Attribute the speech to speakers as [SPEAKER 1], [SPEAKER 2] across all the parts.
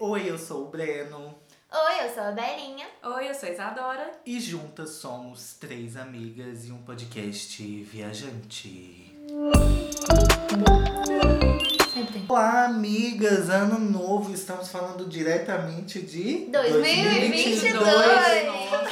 [SPEAKER 1] Oi, eu sou o Breno.
[SPEAKER 2] Oi, eu sou a Belinha.
[SPEAKER 3] Oi, eu sou a Isadora.
[SPEAKER 1] E juntas somos três amigas e um podcast viajante.
[SPEAKER 2] Sempre tem.
[SPEAKER 1] Olá, amigas! Ano novo! Estamos falando diretamente de...
[SPEAKER 2] 2022.
[SPEAKER 1] 2022.
[SPEAKER 3] Nossa.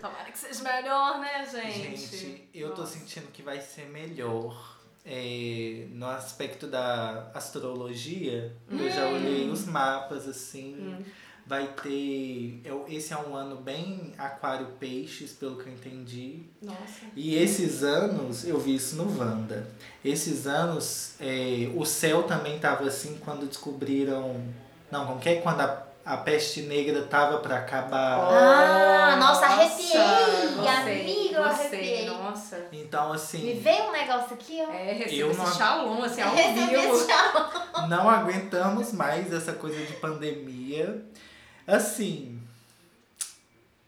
[SPEAKER 3] Tomara que seja melhor, né, gente?
[SPEAKER 1] Gente, eu tô assim.
[SPEAKER 3] Nossa.
[SPEAKER 1] sentindo que vai ser melhor. É, no aspecto da astrologia, eu já olhei os mapas, assim.
[SPEAKER 3] Hum.
[SPEAKER 1] Vai ter... eu- Esse é um ano bem aquário-peixes, pelo que eu entendi.
[SPEAKER 3] Nossa.
[SPEAKER 1] E esses anos, eu vi isso no Wanda. Esses anos, é, o céu também tava assim quando descobriram. Não, como que é? Quando a, a peste negra tava pra acabar.
[SPEAKER 2] Ah, nossa, arrepiei,
[SPEAKER 3] Nossa,
[SPEAKER 2] amigo,
[SPEAKER 3] gostei,
[SPEAKER 2] eu
[SPEAKER 3] gostei,
[SPEAKER 2] arrepiei.
[SPEAKER 3] nossa.
[SPEAKER 1] Então,
[SPEAKER 2] Me
[SPEAKER 1] assim,
[SPEAKER 2] veio um negócio aqui, ó.
[SPEAKER 3] É, recebi
[SPEAKER 1] Eu
[SPEAKER 3] esse
[SPEAKER 1] não-
[SPEAKER 3] shalom, assim, ao
[SPEAKER 2] Recebi
[SPEAKER 3] vivo.
[SPEAKER 2] esse tchau.
[SPEAKER 1] não aguentamos mais essa coisa de pandemia. Assim,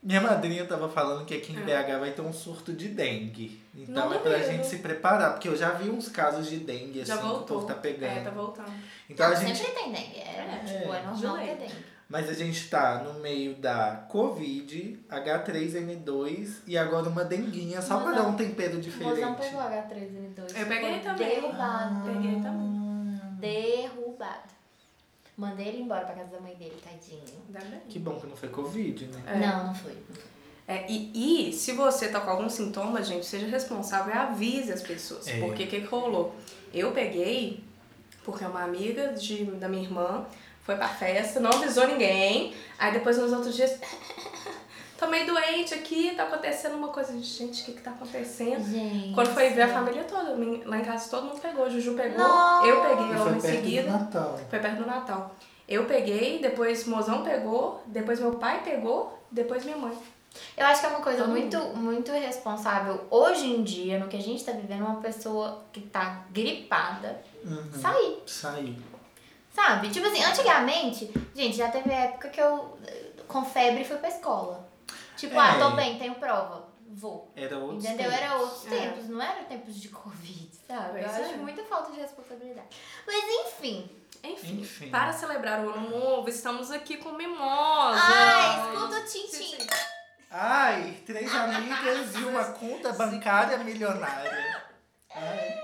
[SPEAKER 1] minha madrinha tava falando que aqui em
[SPEAKER 3] Ah.
[SPEAKER 1] BH vai ter um surto de dengue. Então
[SPEAKER 3] Não
[SPEAKER 1] é pra
[SPEAKER 3] duvido.
[SPEAKER 1] gente se preparar, porque eu já vi uns casos de dengue, assim,
[SPEAKER 3] Já
[SPEAKER 1] que o
[SPEAKER 3] voltou.
[SPEAKER 1] povo tá pegando.
[SPEAKER 3] É, tá voltando.
[SPEAKER 1] Então a
[SPEAKER 2] Não,
[SPEAKER 1] gente
[SPEAKER 2] Sempre tem dengue. É,
[SPEAKER 3] É,
[SPEAKER 2] tipo, é
[SPEAKER 1] é.
[SPEAKER 2] normal ter
[SPEAKER 3] Jurei.
[SPEAKER 2] dengue.
[SPEAKER 1] Mas a gente tá no meio da Covid, H3N2 e agora uma denguinha, só
[SPEAKER 2] Mozão.
[SPEAKER 1] para dar um tempero
[SPEAKER 2] O mozão pegou
[SPEAKER 1] diferente.
[SPEAKER 2] H3N2.
[SPEAKER 3] Eu peguei
[SPEAKER 2] Foi
[SPEAKER 3] também.
[SPEAKER 2] Derrubado.
[SPEAKER 3] Peguei também.
[SPEAKER 1] Ah.
[SPEAKER 2] Derrubado. Mandei ele embora pra casa da mãe dele, tadinho.
[SPEAKER 3] Ainda bem.
[SPEAKER 1] Que bom que não foi Covid, né?
[SPEAKER 3] É.
[SPEAKER 2] Não, não foi.
[SPEAKER 3] É, e, e se você tá com algum sintoma, gente, seja responsável e avise as pessoas.
[SPEAKER 1] É.
[SPEAKER 3] Porque o que, que rolou? Eu peguei, porque uma amiga de, da minha irmã foi pra festa, não avisou ninguém. Aí depois, nos outros dias, tomei doente aqui, tá acontecendo uma coisa. Gente, o que, que tá acontecendo?
[SPEAKER 2] Gente.
[SPEAKER 3] Quando foi ver a família toda, min- lá em casa todo mundo pegou, Juju pegou,
[SPEAKER 2] Nossa!
[SPEAKER 3] eu peguei
[SPEAKER 1] E
[SPEAKER 3] logo
[SPEAKER 1] foi perto do
[SPEAKER 3] em seguida.
[SPEAKER 1] Natal.
[SPEAKER 3] Foi perto do Natal. Eu peguei, depois mozão pegou, depois meu pai pegou, depois minha mãe.
[SPEAKER 2] Eu acho que é uma coisa
[SPEAKER 3] Todo
[SPEAKER 2] muito, muito irresponsável hoje em dia, no que a gente tá vivendo, uma pessoa que tá gripada
[SPEAKER 1] Uhum.
[SPEAKER 2] sair.
[SPEAKER 1] Saiu.
[SPEAKER 2] Sabe? Tipo assim, antigamente, gente, já teve época que eu eh, com febre fui pra escola. Tipo, ah, tô
[SPEAKER 1] É.
[SPEAKER 2] bem, tenho prova, vou.
[SPEAKER 1] Era outro.
[SPEAKER 2] Entendeu? Era outros
[SPEAKER 3] É.
[SPEAKER 2] tempos, não era tempos de Covid, sabe? eu
[SPEAKER 3] Pois
[SPEAKER 2] acho
[SPEAKER 3] é.
[SPEAKER 2] muita falta de responsabilidade. Mas enfim.
[SPEAKER 3] Enfim,
[SPEAKER 1] Enfim.
[SPEAKER 3] para celebrar o ano novo, estamos aqui com mimosa.
[SPEAKER 2] Ai, Ah, escuta o Tintin.
[SPEAKER 3] é. Sim, sim.
[SPEAKER 1] Ai, três amigas e uma conta bancária milionária. Ai,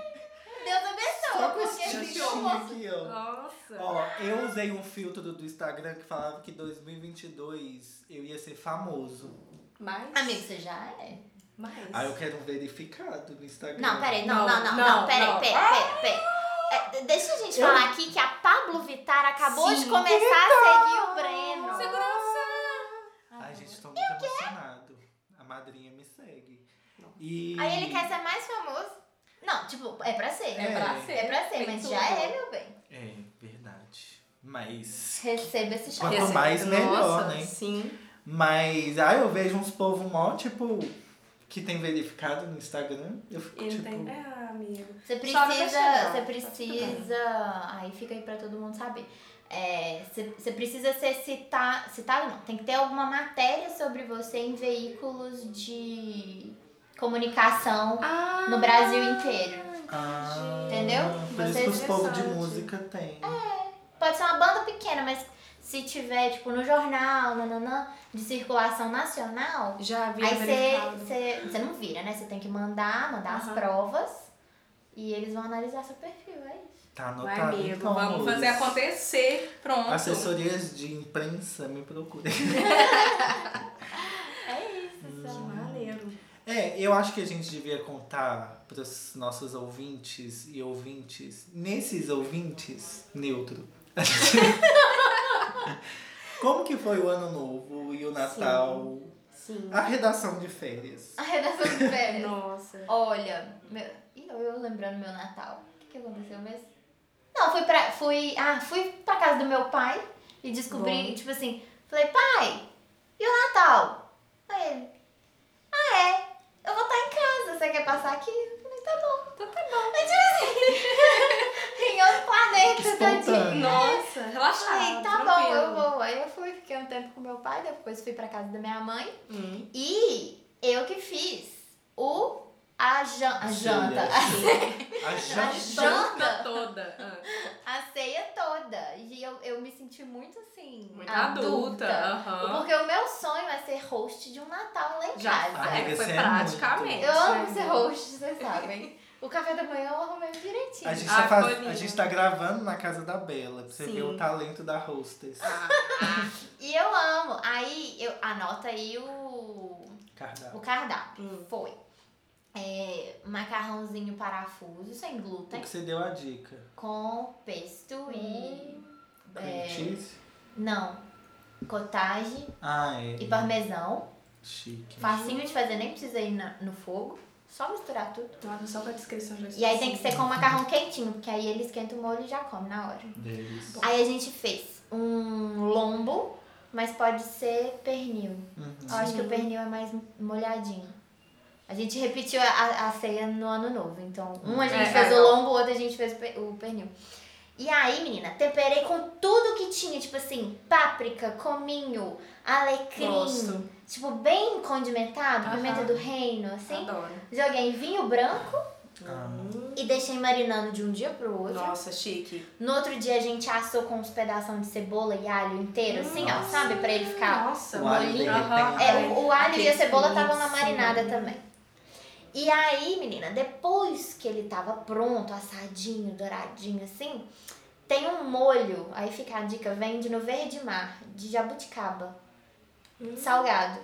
[SPEAKER 2] Deus abençoe,
[SPEAKER 1] só com esse
[SPEAKER 2] porque
[SPEAKER 3] Tintin.
[SPEAKER 2] ficou
[SPEAKER 1] jeitinho aqui, ó.
[SPEAKER 3] Nossa.
[SPEAKER 1] Ó, eu usei um filtro do Instagram que falava que 2022 eu ia ser famoso.
[SPEAKER 3] Mas.
[SPEAKER 2] Amigo, você já é?
[SPEAKER 3] Mas.
[SPEAKER 1] Aí eu quero um verificado no Instagram.
[SPEAKER 2] Não, peraí, não, não,
[SPEAKER 3] Não,
[SPEAKER 2] não,
[SPEAKER 3] não,
[SPEAKER 2] não, peraí,
[SPEAKER 3] não.
[SPEAKER 2] peraí, peraí, peraí. É, deixa a gente
[SPEAKER 1] Eu-
[SPEAKER 2] falar aqui que a Pablo Vittar acabou de
[SPEAKER 3] Sim,
[SPEAKER 2] começar a seguir o Breno.
[SPEAKER 3] Ah, Segurança!
[SPEAKER 2] Ah, tá
[SPEAKER 1] Ai, gente, tô muito emocionado. A madrinha me segue.
[SPEAKER 3] Não.
[SPEAKER 1] E...
[SPEAKER 2] Aí ele quer ser mais famoso. Não, tipo, é pra ser.
[SPEAKER 3] É pra ser.
[SPEAKER 2] É pra ser,
[SPEAKER 3] Tem
[SPEAKER 2] mas
[SPEAKER 3] tudo.
[SPEAKER 2] já é, meu bem.
[SPEAKER 1] É, verdade. Mas.
[SPEAKER 2] Receba esse
[SPEAKER 1] Quanto
[SPEAKER 2] chamado.
[SPEAKER 3] Esse- é
[SPEAKER 1] mais, melhor,
[SPEAKER 3] Nossa,
[SPEAKER 1] né?
[SPEAKER 3] Sim.
[SPEAKER 1] Mas. Ai, eu vejo uns povo mó, tipo. Que tem verificado no Instagram. Eu fico
[SPEAKER 3] Ele
[SPEAKER 1] tipo.
[SPEAKER 3] tem. É, amigo.
[SPEAKER 2] Você
[SPEAKER 3] Só não vai
[SPEAKER 2] precisa.
[SPEAKER 3] chegar.
[SPEAKER 2] Você precisa. Aí fica aí pra todo mundo saber. É, você você precisa ser citado. Citado não. Tem que ter alguma matéria sobre você em veículos de comunicação
[SPEAKER 3] Ah,
[SPEAKER 2] no Brasil inteiro.
[SPEAKER 1] Ah,
[SPEAKER 2] Entendeu?
[SPEAKER 1] Por isso
[SPEAKER 2] Você
[SPEAKER 1] que
[SPEAKER 2] é
[SPEAKER 1] os povos de
[SPEAKER 3] interessante.
[SPEAKER 1] música tem.
[SPEAKER 2] Pode ser uma banda pequena, mas se tiver, tipo, no jornal, nananã, de circulação nacional,
[SPEAKER 3] Já havia
[SPEAKER 2] Aí
[SPEAKER 3] verificado.
[SPEAKER 2] você não vira, né? Você tem que mandar, mandar as
[SPEAKER 3] Aham.
[SPEAKER 2] provas e eles vão analisar seu perfil, é isso.
[SPEAKER 1] Tá
[SPEAKER 3] Vai,
[SPEAKER 1] anotado.
[SPEAKER 3] amigo,
[SPEAKER 1] então,
[SPEAKER 3] vamos
[SPEAKER 1] amores.
[SPEAKER 3] fazer acontecer. Pronto.
[SPEAKER 1] Assessorias de imprensa me procurem.
[SPEAKER 2] É isso,
[SPEAKER 3] Que maneiro.
[SPEAKER 1] É, eu acho que a gente devia contar para os nossos ouvintes e ouvintes, nesses ouvintes, neutro. Como que foi o ano novo e o Natal?
[SPEAKER 3] Sim.
[SPEAKER 1] A redação de férias.
[SPEAKER 2] A redação de férias.
[SPEAKER 3] É,
[SPEAKER 2] É.
[SPEAKER 3] Nossa.
[SPEAKER 2] Olha, meu... Ih, eu, eu lembrando meu Natal. O que, que aconteceu mesmo? Não, fui pra. Fui. Ah, fui pra casa do meu pai e descobri, tipo assim, falei, pai, e o Natal? Aí ele. Ah é? Eu vou estar em casa, você quer passar aqui? Eu falei, tá bom. tipo assim,
[SPEAKER 3] Então tá bom.
[SPEAKER 2] Em outro planeta,
[SPEAKER 1] Espontâneo.
[SPEAKER 2] tadinho.
[SPEAKER 3] Nossa, relaxado.
[SPEAKER 2] Falei, tá bom,
[SPEAKER 3] Ah, tranquilo.
[SPEAKER 2] eu vou. Aí eu fui, fiquei um tempo com meu pai, depois fui pra casa da minha mãe.
[SPEAKER 3] Hum.
[SPEAKER 2] E eu que fiz o, a- a, jan a janta,
[SPEAKER 1] Júlia,
[SPEAKER 2] a
[SPEAKER 1] A Janja.
[SPEAKER 3] Janta toda. Ah,
[SPEAKER 2] a ceia toda. E eu, eu me senti muito assim.
[SPEAKER 3] Muito adulta. aham.
[SPEAKER 2] Porque o meu sonho é ser host de um Natal lá em
[SPEAKER 3] Já
[SPEAKER 2] casa.
[SPEAKER 1] faz.
[SPEAKER 3] é,
[SPEAKER 1] Amiga,
[SPEAKER 3] foi
[SPEAKER 1] você é
[SPEAKER 3] praticamente.
[SPEAKER 2] Eu amo ser host, vocês sabem. O café da manhã eu arrumei direitinho.
[SPEAKER 1] A gente,
[SPEAKER 3] Ah,
[SPEAKER 1] tá faz-
[SPEAKER 3] foi lindo.
[SPEAKER 1] a gente tá gravando na casa da Bela, pra você
[SPEAKER 3] Sim.
[SPEAKER 1] ver o talento da hostess.
[SPEAKER 3] Ah,
[SPEAKER 2] E eu amo. Aí eu anota aí o, o
[SPEAKER 1] Cardápio.
[SPEAKER 2] cardápio.
[SPEAKER 3] Hum.
[SPEAKER 2] Foi. É, macarrãozinho parafuso, sem
[SPEAKER 1] O
[SPEAKER 2] glúten,
[SPEAKER 1] que você deu a dica? É
[SPEAKER 2] com pesto e.
[SPEAKER 3] É.
[SPEAKER 1] Cream cheese?
[SPEAKER 2] Não. Cottage
[SPEAKER 1] Ah, é.
[SPEAKER 2] e parmesão.
[SPEAKER 1] Chique.
[SPEAKER 2] Facinho de fazer, nem precisa ir na- no fogo. Só misturar tudo.
[SPEAKER 3] Guarda só pra descrição já
[SPEAKER 2] E aí tem que ser com macarrão quentinho, porque aí ele esquenta o molho e já come na hora.
[SPEAKER 1] Delícia.
[SPEAKER 2] Aí a gente fez um lombo, mas pode ser pernil.
[SPEAKER 1] Uhum.
[SPEAKER 2] Eu acho que o
[SPEAKER 3] Sim.
[SPEAKER 2] pernil é mais molhadinho. A gente repetiu a- a, a ceia no ano novo. Então, um a gente
[SPEAKER 3] É,
[SPEAKER 2] fez
[SPEAKER 3] é,
[SPEAKER 2] o
[SPEAKER 3] não.
[SPEAKER 2] lombo, o outro a gente fez o pe- o pernil. E aí, menina, temperei com tudo que tinha, tipo assim, páprica, cominho, alecrim.
[SPEAKER 3] Gosto.
[SPEAKER 2] Tipo, bem condimentado,
[SPEAKER 3] Aham.
[SPEAKER 2] pimenta do reino, assim.
[SPEAKER 3] Adoro.
[SPEAKER 2] Joguei em vinho branco
[SPEAKER 1] Ah.
[SPEAKER 2] e deixei marinando de um dia pro outro.
[SPEAKER 3] Hum. Nossa, chique.
[SPEAKER 2] No outro dia a gente assou com uns pedaços de cebola e alho inteiro, assim, ó,
[SPEAKER 1] Nossa.
[SPEAKER 2] sabe? Pra ele ficar.
[SPEAKER 3] Nossa,
[SPEAKER 1] O alho
[SPEAKER 3] molinho.
[SPEAKER 1] derretendo.
[SPEAKER 3] Aham.
[SPEAKER 2] É, o, o alho e a
[SPEAKER 3] Aquele
[SPEAKER 2] cebola estavam na
[SPEAKER 3] fininho,
[SPEAKER 2] marinada
[SPEAKER 3] sim.
[SPEAKER 2] também. E aí, menina, depois que ele tava pronto, assadinho, douradinho, assim, tem um molho. Aí fica a dica: vende no Verde Mar, de jabuticaba.
[SPEAKER 3] Hum,
[SPEAKER 2] Salgado.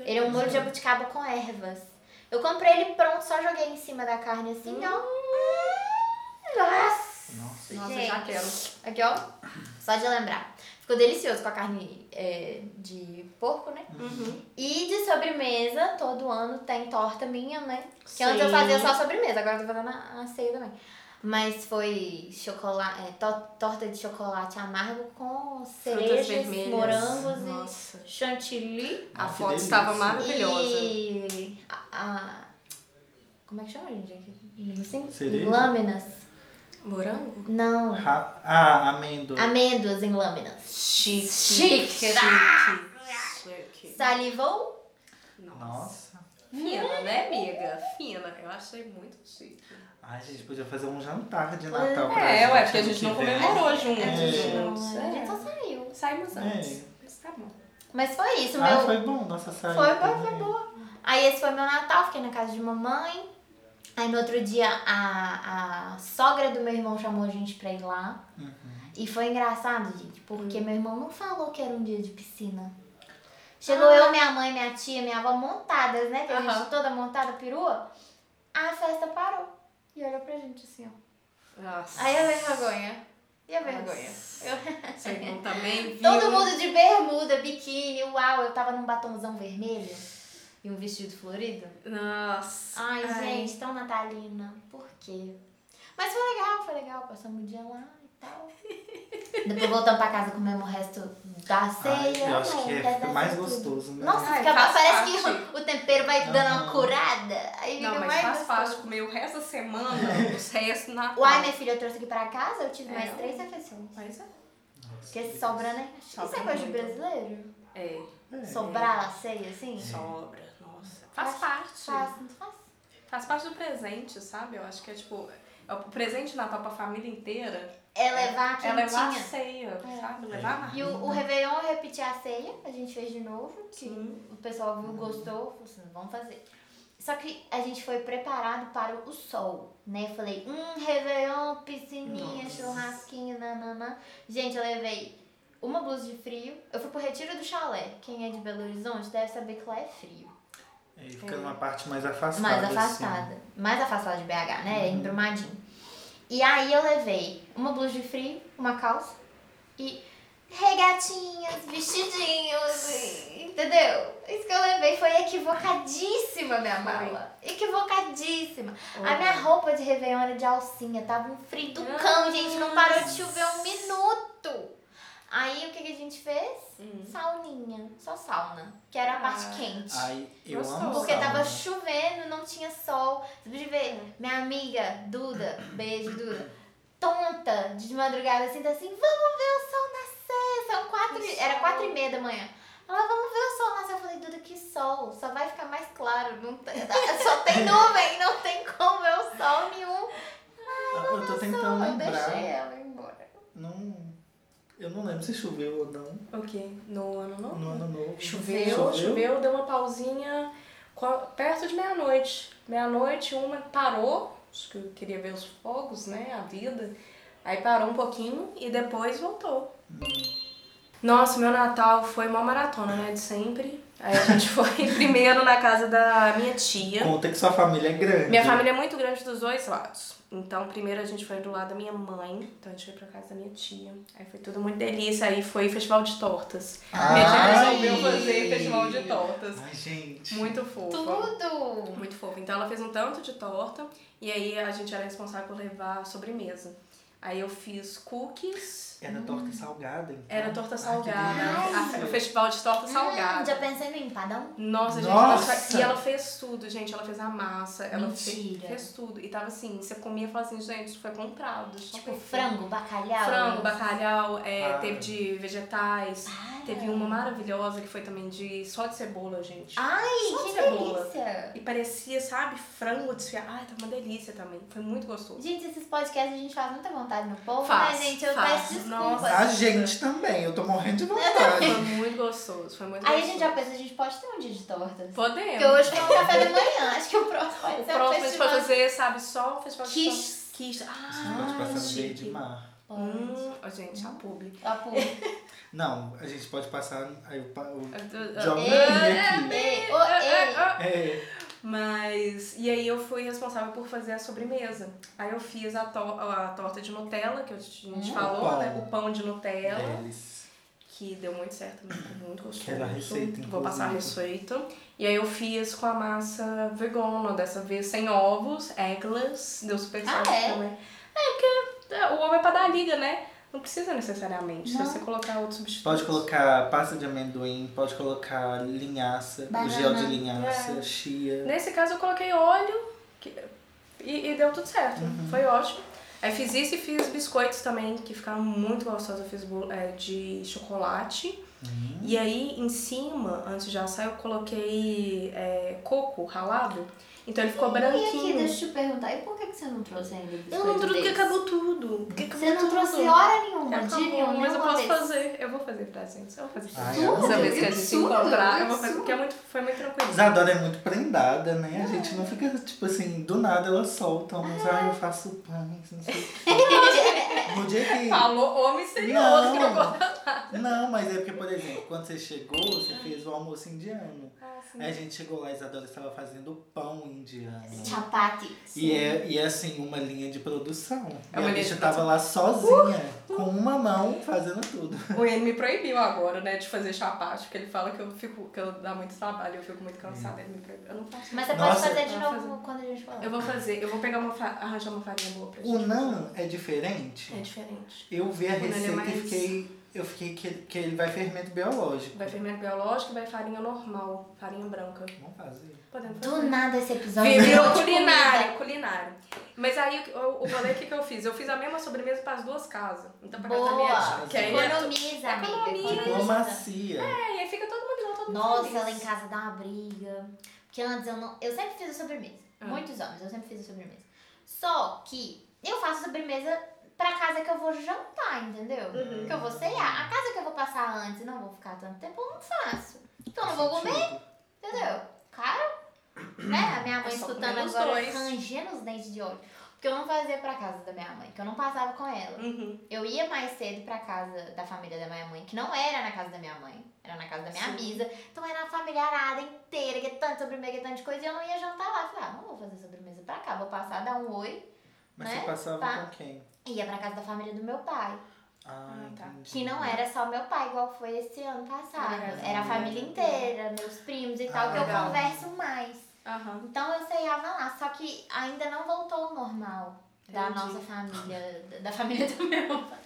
[SPEAKER 2] Ele é um molho de jabuticaba com ervas. Eu comprei ele pronto, só joguei em cima da carne assim,
[SPEAKER 3] Hum,
[SPEAKER 2] ó. Nossa!
[SPEAKER 1] Nossa.
[SPEAKER 3] Nossa,
[SPEAKER 2] gente.
[SPEAKER 3] já quero.
[SPEAKER 2] Aqui, ó. Só de lembrar. Ficou delicioso com a carne é, de porco, né?
[SPEAKER 3] Uhum.
[SPEAKER 2] E de sobremesa, todo ano tem torta minha, né? Que
[SPEAKER 3] Sim.
[SPEAKER 2] antes eu fazia só sobremesa, agora eu tô fazendo a, a ceia também. Mas foi chocolate, é, to- torta de chocolate amargo com
[SPEAKER 3] Frutas
[SPEAKER 2] cerejas,
[SPEAKER 3] vermelhas.
[SPEAKER 2] morangos
[SPEAKER 3] Nossa.
[SPEAKER 2] e chantilly.
[SPEAKER 3] A
[SPEAKER 1] Ah, que
[SPEAKER 3] foto
[SPEAKER 1] delícia.
[SPEAKER 3] estava maravilhosa.
[SPEAKER 2] E a, a- Como é que chama, gente? Assim?
[SPEAKER 1] Cereja?
[SPEAKER 2] Lâminas.
[SPEAKER 3] Morango?
[SPEAKER 2] Não.
[SPEAKER 1] Ra- Ah, amêndoa.
[SPEAKER 2] Amêndoas em lâminas.
[SPEAKER 3] Chique.
[SPEAKER 2] Chique.
[SPEAKER 3] Chique. Chique.
[SPEAKER 2] Salivou?
[SPEAKER 3] Nossa.
[SPEAKER 1] Nossa.
[SPEAKER 3] Fina, né, amiga? Fina. Eu achei muito chique.
[SPEAKER 1] Ai, gente, podia fazer um jantar de Natal pra
[SPEAKER 3] É,
[SPEAKER 1] gente.
[SPEAKER 3] ué, porque a gente
[SPEAKER 1] ano
[SPEAKER 3] não
[SPEAKER 1] que vem.
[SPEAKER 2] É.
[SPEAKER 3] comemorou juntos.
[SPEAKER 2] A gente não,
[SPEAKER 3] juntos.
[SPEAKER 2] a gente só
[SPEAKER 1] Então
[SPEAKER 3] É.
[SPEAKER 2] saiu.
[SPEAKER 3] Saímos
[SPEAKER 1] É.
[SPEAKER 3] antes. Mas tá bom.
[SPEAKER 2] Mas foi isso,
[SPEAKER 1] Ah,
[SPEAKER 2] meu.
[SPEAKER 1] foi bom nossa saída.
[SPEAKER 2] Foi, foi, foi
[SPEAKER 1] né?
[SPEAKER 2] boa. Aí esse foi meu Natal, fiquei na casa de mamãe. Aí no outro dia a, a sogra do meu irmão chamou a gente pra ir lá.
[SPEAKER 1] Uhum.
[SPEAKER 2] E foi engraçado, gente, porque meu irmão não falou que era um dia de piscina.
[SPEAKER 1] Ah.
[SPEAKER 2] Chegou eu, minha mãe, minha tia, minha avó montadas, né? Que a
[SPEAKER 3] Aham.
[SPEAKER 2] gente toda montada, perua. A festa parou. E olhou pra gente assim, ó.
[SPEAKER 3] Nossa.
[SPEAKER 2] Aí a vergonha. E a vergonha? Eu-
[SPEAKER 3] Seu irmão também viu.
[SPEAKER 2] Todo mundo de bermuda, biquíni, uau. Eu tava num batomzão vermelho e um vestido florido.
[SPEAKER 3] Nossa.
[SPEAKER 2] Ai, gente, tão natalina. Por quê? Mas foi legal, foi legal. Passamos o dia lá e tal. Depois voltamos pra casa comemos o resto da
[SPEAKER 1] Ai,
[SPEAKER 2] ceia.
[SPEAKER 1] eu acho que
[SPEAKER 2] né,
[SPEAKER 1] é
[SPEAKER 2] das-
[SPEAKER 1] fica
[SPEAKER 2] das-
[SPEAKER 1] mais
[SPEAKER 2] tudo.
[SPEAKER 1] gostoso, né?
[SPEAKER 2] Nossa,
[SPEAKER 3] Ai,
[SPEAKER 2] fica-
[SPEAKER 3] faz
[SPEAKER 2] parece
[SPEAKER 3] parte.
[SPEAKER 2] que o tempero vai dando uma
[SPEAKER 1] Aham.
[SPEAKER 2] curada. Aí fica
[SPEAKER 3] Não, mas
[SPEAKER 2] mais
[SPEAKER 3] faz
[SPEAKER 2] gostoso.
[SPEAKER 3] parte de comer o resto da semana, os restos na
[SPEAKER 2] Uai, minha filha, eu trouxe aqui pra casa, eu tive
[SPEAKER 3] É.
[SPEAKER 2] mais três refeições.
[SPEAKER 3] Mas é.
[SPEAKER 2] Porque sobra, né? Isso
[SPEAKER 3] Sobra
[SPEAKER 2] é coisa de
[SPEAKER 3] muito.
[SPEAKER 2] brasileiro?
[SPEAKER 3] É.
[SPEAKER 1] É.
[SPEAKER 2] Sobrar a ceia, assim?
[SPEAKER 3] Sobra. Nossa. Faz
[SPEAKER 2] Faz-
[SPEAKER 3] parte.
[SPEAKER 2] Faz, não faz?
[SPEAKER 3] Faz parte do presente, sabe? Eu acho que é tipo. é O presente de Natal pra família inteira
[SPEAKER 2] É levar a
[SPEAKER 3] é levar a
[SPEAKER 2] quentinha.
[SPEAKER 3] ceia,
[SPEAKER 2] É.
[SPEAKER 3] sabe? Levar a
[SPEAKER 2] E o, o Réveillon eu repeti a ceia, a gente fez de novo, que
[SPEAKER 3] Sim.
[SPEAKER 2] o pessoal
[SPEAKER 3] Uhum.
[SPEAKER 2] viu, gostou, falou assim, vamos fazer. Só que a gente foi preparado para o sol, né? Eu falei, hum, Réveillon, piscininha,
[SPEAKER 1] Nossa.
[SPEAKER 2] churrasquinho, nananã. Gente, eu levei uma blusa de frio, eu fui pro retiro do chalé. Quem é de Belo Horizonte deve saber que lá é frio.
[SPEAKER 1] Aí fica
[SPEAKER 3] É.
[SPEAKER 1] numa parte mais afastada.
[SPEAKER 2] Mais
[SPEAKER 1] assim.
[SPEAKER 2] afastada. Mais afastada de BH, né? Em Brumadinho. E aí eu levei uma blusa de frio, uma calça e regatinhas, vestidinhos, e- entendeu? Isso que eu levei foi equivocadíssima a minha mala. Equivocadíssima. A minha roupa de Réveillon era de alcinha, tava um frio do cão, gente, não parou de chover um minuto. Aí o que, que a gente fez? Sauninha, só sauna, que era a parte
[SPEAKER 3] Ah.
[SPEAKER 2] quente.
[SPEAKER 1] Ai, eu
[SPEAKER 3] Gostoso.
[SPEAKER 1] amo
[SPEAKER 2] Porque
[SPEAKER 1] sauna.
[SPEAKER 2] tava chovendo, não tinha sol. Você podia ver minha amiga Duda, beijo Duda, tonta de madrugada, assim, tá assim, vamos ver o sol nascer. São quatro,
[SPEAKER 3] Que
[SPEAKER 2] era
[SPEAKER 3] sol.
[SPEAKER 2] quatro e meia da manhã. Ela, vamos ver o sol nascer. Eu falei, Duda, o que sol, só vai ficar mais claro. Não tem, só tem nuvem, não tem como ver o sol nenhum. Ai, não
[SPEAKER 1] Eu tô tentando
[SPEAKER 2] eu
[SPEAKER 1] lembrar.
[SPEAKER 2] deixei ela embora.
[SPEAKER 1] Não, eu não lembro se choveu ou não
[SPEAKER 3] O quê? No ano novo?
[SPEAKER 1] no ano novo.
[SPEAKER 3] Choveu, choveu, deu uma pausinha qua- perto de meia-noite. Meia-noite, uma parou, acho que eu queria ver os fogos, né? A vida. Aí parou um pouquinho e depois voltou. Nossa, meu Natal foi uma maratona, né? De sempre. Aí a gente foi primeiro na casa da minha tia.
[SPEAKER 1] Conta que sua família é grande.
[SPEAKER 3] Minha família é muito grande dos dois lados. Então, primeiro a gente foi do lado da minha mãe, então a gente foi pra casa da minha tia. Aí foi tudo muito delícia, aí foi festival de tortas. Minha tia
[SPEAKER 1] Ai.
[SPEAKER 3] resolveu fazer festival de tortas.
[SPEAKER 1] Ai, gente.
[SPEAKER 3] Muito fofa.
[SPEAKER 2] Tudo!
[SPEAKER 3] Muito fofa. Então ela fez um tanto de torta e aí a gente era responsável por levar a sobremesa. Aí eu fiz cookies,
[SPEAKER 1] Era torta salgada, então.
[SPEAKER 3] era torta
[SPEAKER 1] Ai, que
[SPEAKER 3] salgada,
[SPEAKER 1] delícia.
[SPEAKER 3] a- o festival de torta
[SPEAKER 2] Hum, já
[SPEAKER 3] salgada.
[SPEAKER 2] pensei no empadão?
[SPEAKER 3] Nossa, gente,
[SPEAKER 1] Nossa!
[SPEAKER 3] ela só- e ela fez tudo, gente. Ela fez a massa, ela fez,
[SPEAKER 2] Mentira.
[SPEAKER 3] fez tudo. E tava assim, você comia e falava assim, gente, isso foi comprado. só
[SPEAKER 2] Tipo,
[SPEAKER 3] foi-
[SPEAKER 2] frango, bacalhau.
[SPEAKER 3] Frango, bacalhau, é,
[SPEAKER 1] Ah.
[SPEAKER 3] teve de vegetais.
[SPEAKER 2] Para.
[SPEAKER 3] Teve uma maravilhosa que foi também de só de cebola, gente.
[SPEAKER 2] Ai,
[SPEAKER 3] Só é
[SPEAKER 2] que
[SPEAKER 3] cebola.
[SPEAKER 2] delícia!
[SPEAKER 3] E parecia, sabe, frango desfiado. Ai, tá uma delícia também. Foi muito gostoso.
[SPEAKER 2] Gente, esses podcasts a gente faz muita vontade no povo,
[SPEAKER 3] Faz,
[SPEAKER 2] né, gente? Eu
[SPEAKER 3] faz.
[SPEAKER 2] peço desculpas.
[SPEAKER 3] Nossa. É.
[SPEAKER 1] A gente também, eu tô morrendo de
[SPEAKER 3] Foi
[SPEAKER 1] vontade.
[SPEAKER 3] muito gostoso. Foi muito
[SPEAKER 2] Aí a
[SPEAKER 3] gostoso.
[SPEAKER 2] gente já pensa, a gente pode ter um dia de tortas.
[SPEAKER 3] Podemos.
[SPEAKER 2] Porque hoje foi um café da manhã, acho que o próximo vai
[SPEAKER 3] O
[SPEAKER 2] ser um
[SPEAKER 3] próximo a gente
[SPEAKER 2] festival.
[SPEAKER 3] vai fazer, sabe, só um festival de
[SPEAKER 2] Quiche.
[SPEAKER 3] som. Quiche.
[SPEAKER 1] Você pode
[SPEAKER 3] Ah,
[SPEAKER 1] passar no meio
[SPEAKER 3] chique.
[SPEAKER 1] de mar.
[SPEAKER 2] Hum.
[SPEAKER 3] Hum, É ó, gente, a publi.
[SPEAKER 2] Papo.
[SPEAKER 1] Não, a gente pode passar. Aí o. pa- o- Joga
[SPEAKER 3] Joga.
[SPEAKER 1] aqui.
[SPEAKER 2] Ei, ô, ei.
[SPEAKER 1] É,
[SPEAKER 3] Mas, e aí eu fui responsável por fazer a sobremesa. Aí eu fiz a, to a torta de Nutella, que a gente
[SPEAKER 2] Hum.
[SPEAKER 3] falou,
[SPEAKER 1] O pão.
[SPEAKER 3] né? O pão de
[SPEAKER 1] é
[SPEAKER 3] Nutella,
[SPEAKER 1] deles.
[SPEAKER 3] que deu muito certo, também, ficou muito gostoso.
[SPEAKER 1] Quero a receita,
[SPEAKER 3] Vou passar a
[SPEAKER 1] inclusive.
[SPEAKER 3] receita. E aí eu fiz com a massa vegana, dessa vez sem ovos, eggless, deu super
[SPEAKER 2] Ah,
[SPEAKER 3] certo
[SPEAKER 2] é?
[SPEAKER 3] também. É, porque é, o ovo é pra dar liga, né? Não precisa necessariamente,
[SPEAKER 2] Não.
[SPEAKER 3] se você colocar outro substituto.
[SPEAKER 1] Pode colocar pasta de amendoim, pode colocar linhaça, o
[SPEAKER 2] Banana.
[SPEAKER 1] gel de
[SPEAKER 3] É.
[SPEAKER 1] linhaça, chia.
[SPEAKER 3] Nesse caso eu coloquei óleo que- e, e deu tudo certo.
[SPEAKER 1] Uhum.
[SPEAKER 3] Foi ótimo. Aí fiz isso e fiz biscoitos também, que ficaram muito gostosos. Eu fiz bolo- é, de chocolate.
[SPEAKER 1] Hum.
[SPEAKER 3] E aí em cima, antes de assar, eu coloquei é, coco ralado. Então ele ficou
[SPEAKER 2] E aqui,
[SPEAKER 3] branquinho.
[SPEAKER 2] deixa eu te perguntar, e por que, que você não trouxe ainda o
[SPEAKER 3] Eu não
[SPEAKER 2] biscoito
[SPEAKER 3] trouxe porque
[SPEAKER 2] desse?
[SPEAKER 3] acabou tudo. Porque acabou
[SPEAKER 2] Você não
[SPEAKER 3] tudo.
[SPEAKER 2] trouxe hora nenhuma,
[SPEAKER 3] Acabou,
[SPEAKER 2] de nenhuma
[SPEAKER 3] mas eu posso
[SPEAKER 2] vez.
[SPEAKER 3] fazer. Eu vou fazer presentes. Ah, Eu vou fazer
[SPEAKER 1] Ai, Tudo?
[SPEAKER 3] presentes. Essa vez que a
[SPEAKER 2] Que
[SPEAKER 3] gente se
[SPEAKER 2] absurdo,
[SPEAKER 3] encontrar,
[SPEAKER 2] que
[SPEAKER 3] eu vou fazer. Porque é muito, foi muito tranquilo.
[SPEAKER 1] Isadora é muito prendada, né? A gente não fica, tipo assim, do nada ela solta uns, ai, eu faço pães, não sei o quê. No dia que.
[SPEAKER 3] Falou homem misterioso que
[SPEAKER 1] Não.
[SPEAKER 3] não gosta
[SPEAKER 1] Não, mas é porque, por exemplo, quando você chegou, você fez o almoço indiano.
[SPEAKER 3] É.
[SPEAKER 1] Aí É, a gente chegou lá, a Isadora estava fazendo pão indiano.
[SPEAKER 2] Chapati.
[SPEAKER 1] E é, e é assim, uma linha de produção.
[SPEAKER 3] É
[SPEAKER 1] e
[SPEAKER 3] uma
[SPEAKER 1] a
[SPEAKER 3] linha
[SPEAKER 1] bicha
[SPEAKER 3] de Uh!
[SPEAKER 1] tava lá sozinha, com uma mão fazendo tudo.
[SPEAKER 3] O Ian me proibiu agora, né, de fazer chapate, porque ele fala que eu fico, que eu dá muito trabalho, eu fico muito cansada, ele me proibiu. Eu não faço.
[SPEAKER 2] Mas você
[SPEAKER 1] Nossa,
[SPEAKER 2] pode fazer de
[SPEAKER 3] eu
[SPEAKER 2] novo
[SPEAKER 3] vou fazer.
[SPEAKER 2] quando a gente falar.
[SPEAKER 3] Eu vou fazer, eu vou pegar uma fa... arranjar uma farinha boa pra gente.
[SPEAKER 1] O nan é diferente.
[SPEAKER 3] é diferente.
[SPEAKER 1] Eu vi a
[SPEAKER 3] O nan é
[SPEAKER 1] receita e
[SPEAKER 3] mais-
[SPEAKER 1] fiquei. Eu fiquei que, que ele vai fermento biológico.
[SPEAKER 3] Vai fermento biológico e vai farinha normal, farinha branca.
[SPEAKER 1] Vamos fazer.
[SPEAKER 3] Podemos
[SPEAKER 2] Do
[SPEAKER 3] fazer.
[SPEAKER 2] nada esse episódio.
[SPEAKER 3] Virou
[SPEAKER 2] virou tipo um de comida.
[SPEAKER 3] culinário, culinário. Mas aí o- o, o rolê, o que, que eu fiz? Eu fiz a mesma sobremesa para as duas casas. Então, pra casa da minha
[SPEAKER 2] Boa.
[SPEAKER 3] tia, que aí é tu-
[SPEAKER 2] Economiza, amiga.
[SPEAKER 3] Economiza.
[SPEAKER 2] Economiza.
[SPEAKER 1] Diplomacia.
[SPEAKER 3] É, e aí fica todo mundo lá, todo mundo
[SPEAKER 2] Nossa,
[SPEAKER 3] feliz.
[SPEAKER 2] lá em casa dá uma briga. Porque antes eu não. Eu sempre fiz a sobremesa.
[SPEAKER 3] Ah.
[SPEAKER 2] Muitos anos eu sempre fiz a sobremesa. Só que eu faço sobremesa pra casa que eu vou jantar, entendeu?
[SPEAKER 3] Uhum.
[SPEAKER 2] Que eu vou ceiar. A casa que eu vou passar antes e não vou ficar tanto tempo, eu não faço. Então eu não vou comer, entendeu? Cara, né? A minha mãe
[SPEAKER 3] É só
[SPEAKER 2] escutando
[SPEAKER 3] comer os
[SPEAKER 2] agora
[SPEAKER 3] dois.
[SPEAKER 2] rangendo os dentes de olho. Porque eu não fazia pra casa da minha mãe, que eu não passava com ela.
[SPEAKER 3] Uhum.
[SPEAKER 2] Eu ia mais cedo pra casa da família da minha mãe, que não era na casa da minha mãe, era na casa da minha
[SPEAKER 3] Sim.
[SPEAKER 2] bisa. Então era a familiarada inteira, que é tanto sobremesa, que é tanto coisa, e eu não ia jantar lá. Falei, ah, não vou fazer sobremesa pra cá, vou passar, dar um oi.
[SPEAKER 1] Mas
[SPEAKER 2] né?
[SPEAKER 1] você passava
[SPEAKER 2] Tá.
[SPEAKER 1] com quem?
[SPEAKER 2] E ia pra casa da família do meu pai,
[SPEAKER 1] Ah,
[SPEAKER 3] Ah, tá.
[SPEAKER 1] entendi.
[SPEAKER 2] que não era só meu pai, igual foi esse ano passado.
[SPEAKER 3] Era a
[SPEAKER 2] Era a família
[SPEAKER 3] família
[SPEAKER 2] inteira, meus primos e tal,
[SPEAKER 1] Ah,
[SPEAKER 2] que eu
[SPEAKER 3] legal.
[SPEAKER 2] converso mais.
[SPEAKER 3] Aham.
[SPEAKER 2] Então eu ceiava lá, só que ainda não voltou ao normal. Da
[SPEAKER 3] Entendi.
[SPEAKER 2] nossa família, da- da família do meu pai.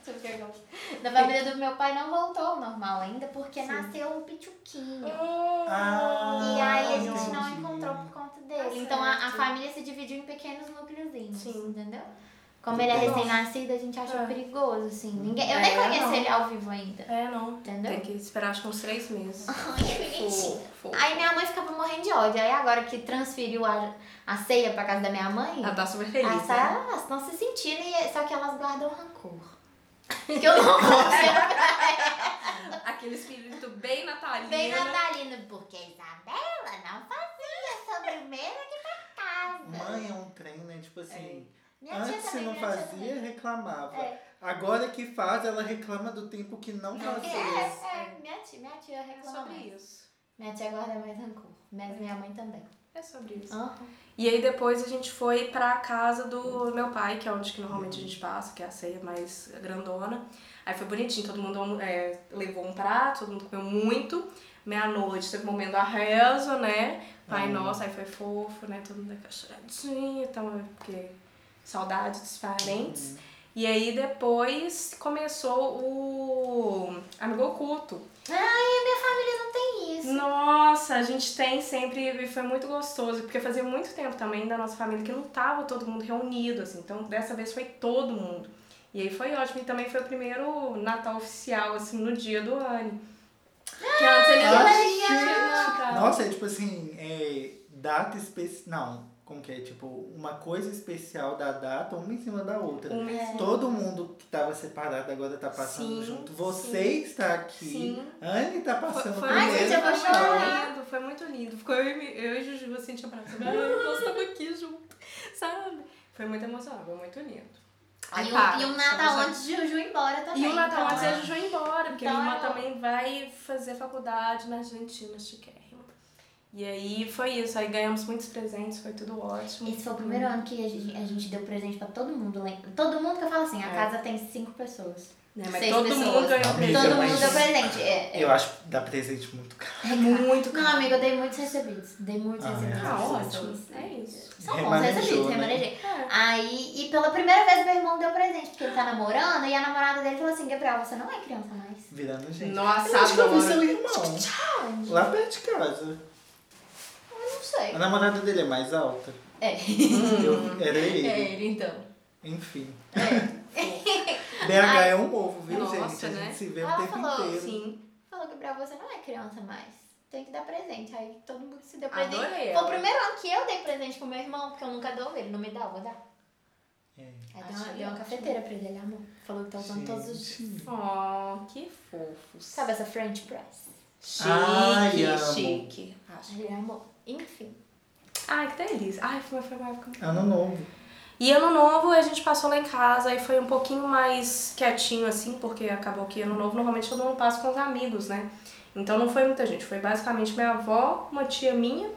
[SPEAKER 2] Da família do meu pai não voltou ao normal ainda, porque
[SPEAKER 3] Sim.
[SPEAKER 2] nasceu um pituquinho.
[SPEAKER 1] Ah,
[SPEAKER 2] e aí a gente não
[SPEAKER 1] entendi.
[SPEAKER 2] encontrou por conta dele.
[SPEAKER 3] Tá
[SPEAKER 2] então a, a
[SPEAKER 3] certo.
[SPEAKER 2] família se dividiu em pequenos núcleozinhos,
[SPEAKER 3] Sim.
[SPEAKER 2] entendeu? Como ele é
[SPEAKER 1] Nossa.
[SPEAKER 2] recém-nascido, a gente acha
[SPEAKER 3] É.
[SPEAKER 2] perigoso, assim. Ninguém... Eu nem
[SPEAKER 3] É,
[SPEAKER 2] conheço
[SPEAKER 3] não.
[SPEAKER 2] ele ao vivo ainda.
[SPEAKER 3] É, não.
[SPEAKER 2] Entendeu?
[SPEAKER 3] Tem que esperar acho que uns três meses.
[SPEAKER 2] bonitinho.
[SPEAKER 3] Fofo.
[SPEAKER 2] Aí minha mãe ficava morrendo de ódio. Aí agora que transferiu a, a ceia pra casa da minha mãe,
[SPEAKER 3] Ela tá super feliz.
[SPEAKER 2] elas
[SPEAKER 3] né?
[SPEAKER 2] estão se sentindo, e- só que elas guardam rancor. Que eu não consigo.
[SPEAKER 3] Aquele espírito bem natalino.
[SPEAKER 2] Bem natalino, porque a Isabela não fazia sobremesa aqui pra casa.
[SPEAKER 1] Mãe é um trem, né? Tipo
[SPEAKER 3] É.
[SPEAKER 1] assim,
[SPEAKER 2] Minha tia
[SPEAKER 1] antes se
[SPEAKER 2] também,
[SPEAKER 1] não
[SPEAKER 2] minha tia
[SPEAKER 1] fazia,
[SPEAKER 2] também.
[SPEAKER 1] reclamava.
[SPEAKER 2] É.
[SPEAKER 1] Agora que faz, ela reclama do tempo que não
[SPEAKER 3] Não
[SPEAKER 1] fazia.
[SPEAKER 2] É, é, minha tia, minha tia
[SPEAKER 3] É
[SPEAKER 2] reclama
[SPEAKER 3] sobre
[SPEAKER 2] mais.
[SPEAKER 3] isso.
[SPEAKER 2] Minha tia guarda mais rancor, mas minha mãe também.
[SPEAKER 3] É sobre isso.
[SPEAKER 2] Aham.
[SPEAKER 3] E aí depois a gente foi pra casa do meu pai, que é onde que normalmente a gente passa, que é a ceia mais grandona. Aí foi bonitinho, todo mundo almo- é, levou um prato, todo mundo comeu muito. Meia-noite teve o momento da reza, né? Pai nosso, aí foi fofo, né? Todo mundo aquela choradinha, então, porque saudades dos parentes. E aí depois começou o Amigo Oculto.
[SPEAKER 2] Ai, minha família não tem isso.
[SPEAKER 3] Nossa, a gente tem sempre e foi muito gostoso, porque fazia muito tempo também da nossa família que não tava todo mundo reunido, assim, então dessa vez foi todo mundo. E aí foi ótimo, e também foi o primeiro Natal oficial, assim, no dia do ano. Que antes ele
[SPEAKER 1] Ah,
[SPEAKER 3] não
[SPEAKER 1] gente!
[SPEAKER 3] tinha Natal.
[SPEAKER 1] Nossa, é tipo assim, é, data especial. Não, como que é? Tipo, uma coisa especial da data, uma em cima da outra.
[SPEAKER 3] Um
[SPEAKER 2] É.
[SPEAKER 3] mês.
[SPEAKER 1] Todo mundo que tava separado agora tá passando
[SPEAKER 3] Sim,
[SPEAKER 1] junto. Você está aqui.
[SPEAKER 3] Sim.
[SPEAKER 1] Anne tá passando
[SPEAKER 3] Foi, foi,
[SPEAKER 2] Ai,
[SPEAKER 1] primeiro.
[SPEAKER 2] gente, eu vou
[SPEAKER 3] foi
[SPEAKER 2] chorar.
[SPEAKER 3] muito lindo, foi muito lindo. Ficou eu, e mi- eu e Juju assim te abraçando. Ai, nós estamos aqui junto, sabe? Foi muito emocionante, foi muito lindo. Ai,
[SPEAKER 2] e,
[SPEAKER 3] para,
[SPEAKER 2] um, e um
[SPEAKER 3] só
[SPEAKER 2] Natal
[SPEAKER 3] pra-
[SPEAKER 2] antes de Juju ir embora também.
[SPEAKER 3] E o Natal
[SPEAKER 2] então,
[SPEAKER 3] antes a Juju ir embora, porque
[SPEAKER 2] Então,
[SPEAKER 3] minha irmã
[SPEAKER 2] eu-
[SPEAKER 3] também vai fazer faculdade na Argentina, chiquérrima. E aí foi isso, aí ganhamos muitos presentes, foi tudo ótimo.
[SPEAKER 2] Esse foi o primeiro ano que a gente, a gente deu presente pra todo mundo. lá em- Todo mundo que eu falo assim, a
[SPEAKER 3] É.
[SPEAKER 2] casa tem cinco pessoas.
[SPEAKER 3] Né, mas
[SPEAKER 2] Seis
[SPEAKER 3] todo
[SPEAKER 2] pessoas.
[SPEAKER 3] mundo ganhou
[SPEAKER 1] Amiga,
[SPEAKER 2] todo
[SPEAKER 1] mas-
[SPEAKER 2] mundo deu
[SPEAKER 3] presente. Tá
[SPEAKER 2] presente. É, é.
[SPEAKER 1] Eu acho que dá presente muito caro.
[SPEAKER 3] É muito
[SPEAKER 2] Não, amigo, eu dei muitos recebidos. Dei muitos
[SPEAKER 1] Ah, é.
[SPEAKER 2] recebidos.
[SPEAKER 3] Ah,
[SPEAKER 2] das
[SPEAKER 3] ótimo.
[SPEAKER 2] pessoas.
[SPEAKER 3] É isso.
[SPEAKER 2] São bons
[SPEAKER 1] Remanejou,
[SPEAKER 2] recebidos,
[SPEAKER 1] né?
[SPEAKER 2] remanejei.
[SPEAKER 3] É.
[SPEAKER 2] Aí, e pela primeira vez meu irmão deu presente, porque ele tá namorando, e a namorada dele falou assim, Gabriel, você não é criança mais.
[SPEAKER 1] Virando gente.
[SPEAKER 3] Nossa,
[SPEAKER 1] Eu acho que eu vi seu
[SPEAKER 3] adoro.
[SPEAKER 1] irmão. Lá perto de casa.
[SPEAKER 2] Eu não sei.
[SPEAKER 1] A namorada dele é mais alta.
[SPEAKER 2] É.
[SPEAKER 1] Eu, era É ele.
[SPEAKER 2] ele, então.
[SPEAKER 1] Enfim.
[SPEAKER 2] É.
[SPEAKER 1] BH é um ovo, viu,
[SPEAKER 3] Nossa,
[SPEAKER 1] gente? A gente
[SPEAKER 3] né?
[SPEAKER 1] se vê
[SPEAKER 2] Ela
[SPEAKER 1] o tempo
[SPEAKER 2] falou,
[SPEAKER 1] inteiro.
[SPEAKER 3] Sim,
[SPEAKER 2] Falou, Gabriel, você não é criança mais. Tem que dar presente. Aí todo mundo se deu presente.
[SPEAKER 3] adorei.
[SPEAKER 2] Foi o
[SPEAKER 3] ela.
[SPEAKER 2] primeiro ano que eu dei presente pro meu irmão, porque eu nunca dou, ele não me dá, eu vou dar.
[SPEAKER 1] É.
[SPEAKER 2] Aí
[SPEAKER 3] Achei
[SPEAKER 2] deu, deu uma
[SPEAKER 3] ótimo.
[SPEAKER 2] cafeteira pra ele, amor. Falou que tá usando todos os dias.
[SPEAKER 1] Gente.
[SPEAKER 3] Oh, que fofos.
[SPEAKER 2] Sabe essa French press?
[SPEAKER 3] Chique,
[SPEAKER 1] Ai, amo.
[SPEAKER 3] chique. Acho.
[SPEAKER 2] Ele amor. Enfim.
[SPEAKER 3] Ai, que delícia. Ai, foi foi uma época
[SPEAKER 1] Ano novo.
[SPEAKER 3] E ano novo a gente passou lá em casa e foi um pouquinho mais quietinho assim, porque acabou que ano novo normalmente todo mundo passa com os amigos, né? Então não foi muita gente, foi basicamente minha avó, uma tia minha,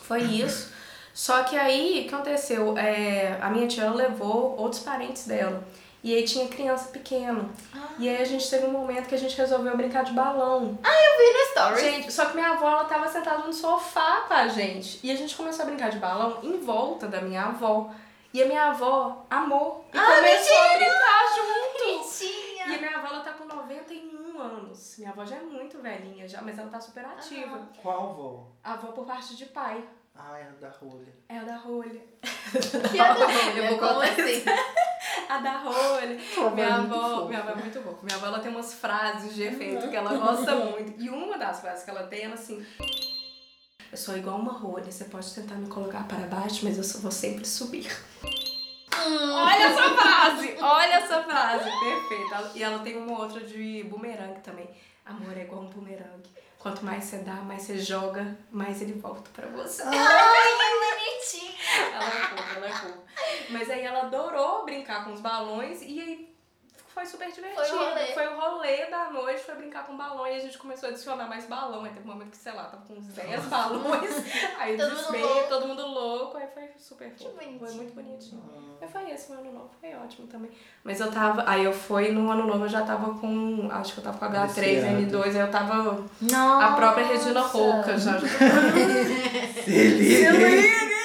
[SPEAKER 3] foi isso. Só que aí o que aconteceu? É, a minha tia ela levou outros parentes dela. E aí tinha criança pequena. E aí a gente teve um momento que a gente resolveu brincar de balão.
[SPEAKER 2] Eu vi no story.
[SPEAKER 3] Gente, só que minha avó ela tava sentada no sofá com a gente. E a gente começou a brincar de balão em volta da minha avó. E a minha avó amou.
[SPEAKER 2] Ah,
[SPEAKER 3] E começou a brincar junto.
[SPEAKER 2] Bonitinha.
[SPEAKER 3] E a minha avó ela tá com 91 anos. Minha avó já é muito velhinha, já, mas ela tá super ativa.
[SPEAKER 1] Qual avó?
[SPEAKER 3] A avó por parte de pai.
[SPEAKER 1] Ah, era da rolha.
[SPEAKER 3] É a da rolha.
[SPEAKER 2] Que adorei.
[SPEAKER 3] Eu vou
[SPEAKER 2] Como
[SPEAKER 3] contar.
[SPEAKER 2] assim?
[SPEAKER 3] A da rolha.
[SPEAKER 1] Sua avó é
[SPEAKER 3] Minha
[SPEAKER 1] muito
[SPEAKER 3] avó,
[SPEAKER 1] fofa.
[SPEAKER 3] minha avó é muito boa. Minha avó ela tem umas frases de efeito que ela gosta muito. E uma das frases que ela tem, ela assim. Eu sou igual uma rolha, você pode tentar me colocar para baixo, mas eu só vou sempre subir. Olha essa frase! Olha essa frase! Perfeita. E ela tem uma outra de bumerangue também. Amor é igual um bumerangue. Quanto mais você dá, mais você joga, mais ele volta pra você.
[SPEAKER 2] Bonitinha.
[SPEAKER 3] Ela é fofa, ela é fofa. Mas aí ela adorou brincar com os balões e aí foi super divertido.
[SPEAKER 2] Foi o rolê.
[SPEAKER 3] Foi o rolê da noite, foi brincar com balão e a gente começou a adicionar mais balão. Aí teve um momento que, sei lá, tava com uns 10 balões. Aí
[SPEAKER 2] Todo mundo louco.
[SPEAKER 3] desmeio, todo mundo louco. Aí foi super
[SPEAKER 2] Que
[SPEAKER 3] fofo. Foi
[SPEAKER 2] bonitinho.
[SPEAKER 3] muito bonitinho.
[SPEAKER 1] Uhum. Ah.
[SPEAKER 3] Mas foi esse meu ano novo, foi ótimo também. Mas eu tava. Aí eu fui no ano novo, eu já tava com. Acho que eu tava com H3N2, aí eu tava.
[SPEAKER 2] Nossa.
[SPEAKER 3] A própria Regina Roca já.
[SPEAKER 1] Se liga.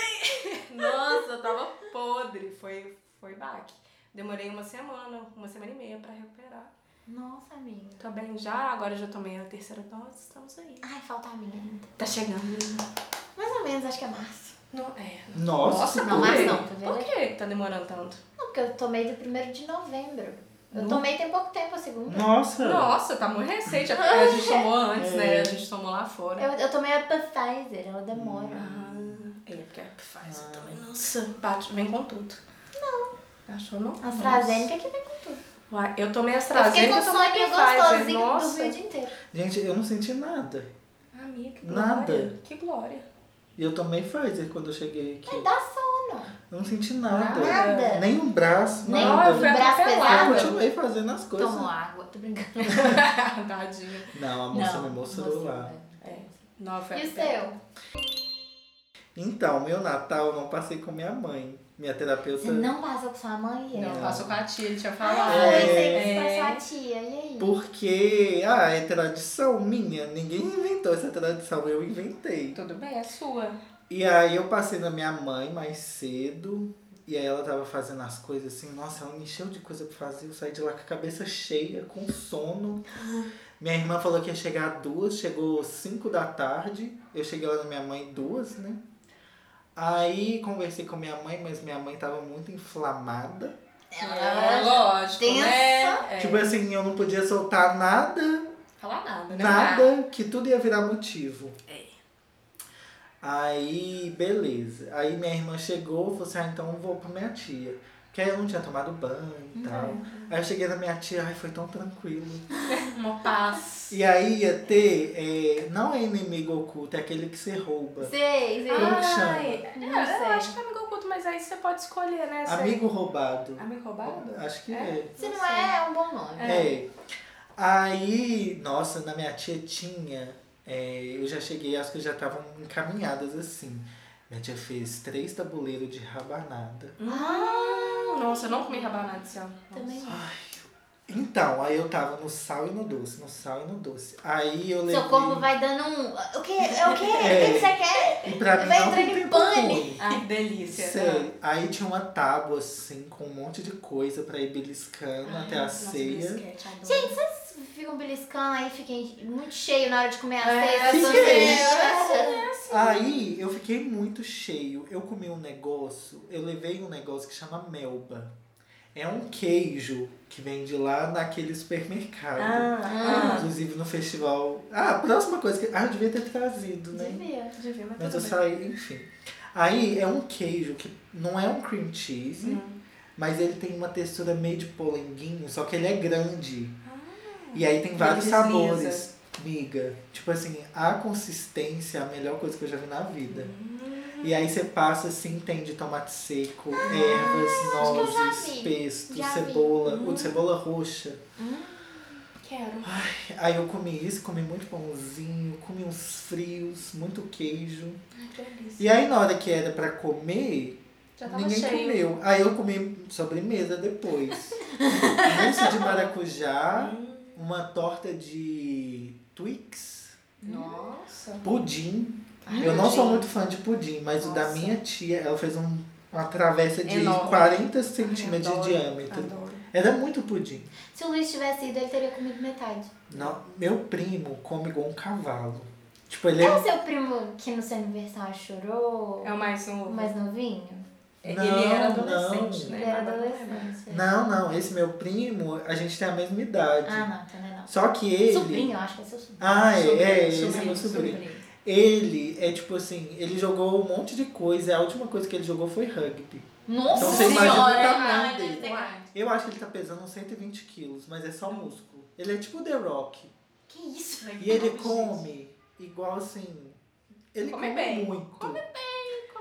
[SPEAKER 3] Nossa, eu tava podre. Foi, foi baque. Demorei uma semana, uma semana e meia pra recuperar.
[SPEAKER 2] Nossa, amiga.
[SPEAKER 3] Tô bem já, agora já tomei a terceira dose, estamos aí.
[SPEAKER 2] Ai, falta a minha ainda.
[SPEAKER 3] Tá chegando. menina.
[SPEAKER 2] Mais ou menos, acho que é março.
[SPEAKER 3] Não, é.
[SPEAKER 1] Nossa, é?
[SPEAKER 2] não,
[SPEAKER 3] por
[SPEAKER 2] mas
[SPEAKER 3] quê?
[SPEAKER 2] não, tá vendo?
[SPEAKER 3] Por que tá demorando tanto?
[SPEAKER 2] Não, porque eu tomei do 1 de novembro. Eu tomei tem pouco tempo a segunda.
[SPEAKER 1] Nossa!
[SPEAKER 3] Nossa, tá muito recente. A gente tomou antes, né? A gente tomou lá fora.
[SPEAKER 2] Eu, eu tomei a Pfizer, ela demora.
[SPEAKER 3] Ah, é porque a Pfizer também, nossa, bate, vem com tudo. Não. Achou não?
[SPEAKER 2] A AstraZeneca que vem com tudo.
[SPEAKER 3] Nossa. Uai, eu tomei
[SPEAKER 2] Eu fiquei
[SPEAKER 3] AstraZeneca,
[SPEAKER 2] com
[SPEAKER 3] eu tomei
[SPEAKER 2] sono
[SPEAKER 3] Pfizer.
[SPEAKER 2] gostosinho
[SPEAKER 3] Nossa.
[SPEAKER 2] do o dia inteiro.
[SPEAKER 1] Gente, eu não senti nada.
[SPEAKER 3] Amiga, Ah, que glória.
[SPEAKER 1] Nada.
[SPEAKER 3] Que glória.
[SPEAKER 1] E eu tomei Pfizer quando eu cheguei aqui.
[SPEAKER 2] Mas dá sono.
[SPEAKER 1] Eu não senti nada.
[SPEAKER 2] Nada.
[SPEAKER 1] Nem um braço,
[SPEAKER 2] Nem
[SPEAKER 3] Não, eu
[SPEAKER 1] nada.
[SPEAKER 2] o
[SPEAKER 3] fui
[SPEAKER 2] braço Então,
[SPEAKER 3] atropelada.
[SPEAKER 2] pesado.
[SPEAKER 1] Eu continuei fazendo as coisas.
[SPEAKER 2] Tomou água, tô brincando.
[SPEAKER 3] Tadinha.
[SPEAKER 1] Não, a moça me mostrou lá.
[SPEAKER 3] É. Não, foi
[SPEAKER 2] E o
[SPEAKER 3] até-
[SPEAKER 2] seu?
[SPEAKER 1] Então, meu Natal eu não passei com minha mãe. Minha terapeuta.
[SPEAKER 2] Você É, não passou com sua mãe e
[SPEAKER 3] Não,
[SPEAKER 2] ela?
[SPEAKER 3] passou com a tia, ele tinha
[SPEAKER 2] Ah,
[SPEAKER 3] falado.
[SPEAKER 2] eu
[SPEAKER 1] É.
[SPEAKER 2] pensei que você passou a tia. E aí?
[SPEAKER 1] Porque, ah, é tradição minha. Ninguém inventou essa tradição, eu inventei.
[SPEAKER 3] Tudo bem, é sua.
[SPEAKER 1] E aí eu passei na minha mãe mais cedo. E aí ela tava fazendo as coisas assim, nossa, ela me encheu de coisa pra fazer. Eu saí de lá com a cabeça cheia, com sono. Minha irmã falou que ia chegar às duas, chegou cinco da tarde. Eu cheguei lá na minha mãe duas, né? Aí conversei com minha mãe, mas minha mãe tava muito inflamada.
[SPEAKER 2] Ela-
[SPEAKER 3] É, lógico,
[SPEAKER 2] tensa.
[SPEAKER 3] né? É.
[SPEAKER 1] Tipo assim, eu não podia soltar nada,
[SPEAKER 3] Falar nada, né?
[SPEAKER 1] nada, que tudo ia virar motivo.
[SPEAKER 3] É.
[SPEAKER 1] Aí, beleza. Aí minha irmã chegou, falou assim, ah, então eu vou pra minha tia. Porque aí eu não tinha tomado banho e tal. Aí eu cheguei na minha tia, ai, foi tão tranquilo.
[SPEAKER 3] Ah, Uma paz.
[SPEAKER 1] E aí ia ter, é, não é inimigo oculto, é aquele que você rouba.
[SPEAKER 2] Sei, sei.
[SPEAKER 1] Como que chama?
[SPEAKER 3] Ai, é,
[SPEAKER 2] Não sei.
[SPEAKER 3] eu acho que é amigo oculto, mas aí você pode escolher, né? Você- é
[SPEAKER 1] Amigo roubado.
[SPEAKER 3] Amigo roubado?
[SPEAKER 1] Acho que
[SPEAKER 3] É.
[SPEAKER 1] é.
[SPEAKER 2] Se não é, é um bom nome.
[SPEAKER 1] É. Aí, nossa, na minha tia tinha. é, eu já cheguei, as coisas já estavam encaminhadas assim. Minha tia fez três tabuleiros de rabanada.
[SPEAKER 3] Hum, nossa, eu não comi rabanada esse ano. Nossa.
[SPEAKER 2] É, Também.
[SPEAKER 1] Então, aí eu tava no sal e no doce, no sal e no doce. Aí eu levei.
[SPEAKER 2] Seu corpo vai dando um. O que? É o que?
[SPEAKER 1] É.
[SPEAKER 2] O que você quer?
[SPEAKER 1] E pra mim
[SPEAKER 2] vai
[SPEAKER 1] não
[SPEAKER 2] entrando em
[SPEAKER 1] tem
[SPEAKER 2] pane.
[SPEAKER 1] como.
[SPEAKER 3] Ah, que delícia.
[SPEAKER 1] Sei. Aí tinha uma tábua assim, com um monte de coisa pra ir beliscando
[SPEAKER 3] Ah,
[SPEAKER 1] até a
[SPEAKER 3] nossa,
[SPEAKER 1] ceia.
[SPEAKER 3] bisquete, adoro.
[SPEAKER 2] Gente, vocês ficam beliscando aí, fiquem muito cheio na hora de comer a é,
[SPEAKER 3] É,
[SPEAKER 2] ceia.
[SPEAKER 1] fiquei.
[SPEAKER 2] sorvete.
[SPEAKER 1] Aí eu fiquei muito cheio. Eu comi um negócio, eu levei um negócio que chama melba. É um queijo que vende lá naquele supermercado.
[SPEAKER 3] Ah,
[SPEAKER 1] Inclusive no festival. Ah, a próxima coisa que. Ah, eu devia ter trazido, né?
[SPEAKER 2] Devia.
[SPEAKER 3] ah. Devia, mas
[SPEAKER 1] Mas eu
[SPEAKER 3] tudo bem.
[SPEAKER 1] saí, enfim. Aí é um queijo que não é um cream cheese,
[SPEAKER 2] Hum.
[SPEAKER 1] mas ele tem uma textura meio de polenguinho, só que ele é grande.
[SPEAKER 2] Ah.
[SPEAKER 1] e aí tem vários
[SPEAKER 3] desliza.
[SPEAKER 1] sabores, miga. Tipo assim, a consistência é a melhor coisa que eu já vi na vida.
[SPEAKER 2] Hum.
[SPEAKER 1] E aí você passa assim, tem de tomate seco, ervas,
[SPEAKER 2] Ah, acho que eu já
[SPEAKER 1] nozes,
[SPEAKER 2] vi.
[SPEAKER 1] pesto,
[SPEAKER 2] Já vi. Hum.
[SPEAKER 1] cebola, o de cebola roxa.
[SPEAKER 3] Quero.
[SPEAKER 1] Aí eu comi isso, comi muito pãozinho, comi uns frios, muito queijo.
[SPEAKER 3] Ai, que delícia.
[SPEAKER 1] E aí na hora que era pra comer,
[SPEAKER 3] Já tava
[SPEAKER 1] Ninguém
[SPEAKER 3] cheio.
[SPEAKER 1] comeu. Aí eu comi sobremesa depois. Mousse de maracujá,
[SPEAKER 3] Hum.
[SPEAKER 1] uma torta de Twix,
[SPEAKER 3] Nossa.
[SPEAKER 1] pudim.
[SPEAKER 3] Ai,
[SPEAKER 1] eu não sou
[SPEAKER 3] pudim.
[SPEAKER 1] muito fã de pudim, mas o da
[SPEAKER 3] Nossa.
[SPEAKER 1] minha tia, ela fez um- uma travessa de
[SPEAKER 3] Enorme.
[SPEAKER 1] 40 centímetros de
[SPEAKER 3] adoro, Ah.
[SPEAKER 1] diâmetro.
[SPEAKER 3] adoro.
[SPEAKER 1] Era muito pudim.
[SPEAKER 2] Se o Luiz tivesse ido, ele teria comido metade.
[SPEAKER 1] Não, meu primo come igual um cavalo. Tipo, ele
[SPEAKER 2] É
[SPEAKER 1] é.
[SPEAKER 2] o seu primo que no seu aniversário chorou?
[SPEAKER 3] É o mais
[SPEAKER 2] O
[SPEAKER 3] um. É,
[SPEAKER 2] mais novinho?
[SPEAKER 3] ele era
[SPEAKER 1] Não, não.
[SPEAKER 3] adolescente, né?
[SPEAKER 2] Ele era
[SPEAKER 3] Mas-
[SPEAKER 2] adolescente.
[SPEAKER 1] Não, não, esse meu primo, a gente tem a mesma idade.
[SPEAKER 2] Ah, não, então não é não.
[SPEAKER 1] Só que ele.
[SPEAKER 2] Sobrinho, eu acho que é seu sobrinho.
[SPEAKER 1] Ah, é, é, esse é
[SPEAKER 3] Sobrinho,
[SPEAKER 1] meu sobrinho.
[SPEAKER 3] sobrinho.
[SPEAKER 1] Ele é tipo assim, ele jogou um monte de coisa, a última coisa que ele jogou foi rugby.
[SPEAKER 2] Nossa
[SPEAKER 1] Então
[SPEAKER 3] você imagina o
[SPEAKER 1] tamanho
[SPEAKER 2] ai,
[SPEAKER 1] dele.
[SPEAKER 2] tem mais.
[SPEAKER 1] Eu acho que ele tá pesando uns 120 quilos, mas é só músculo. Ele é tipo o The Rock.
[SPEAKER 2] Que isso?
[SPEAKER 1] E ele come igual assim. Ele
[SPEAKER 3] Come
[SPEAKER 1] come,
[SPEAKER 3] bem.
[SPEAKER 1] muito.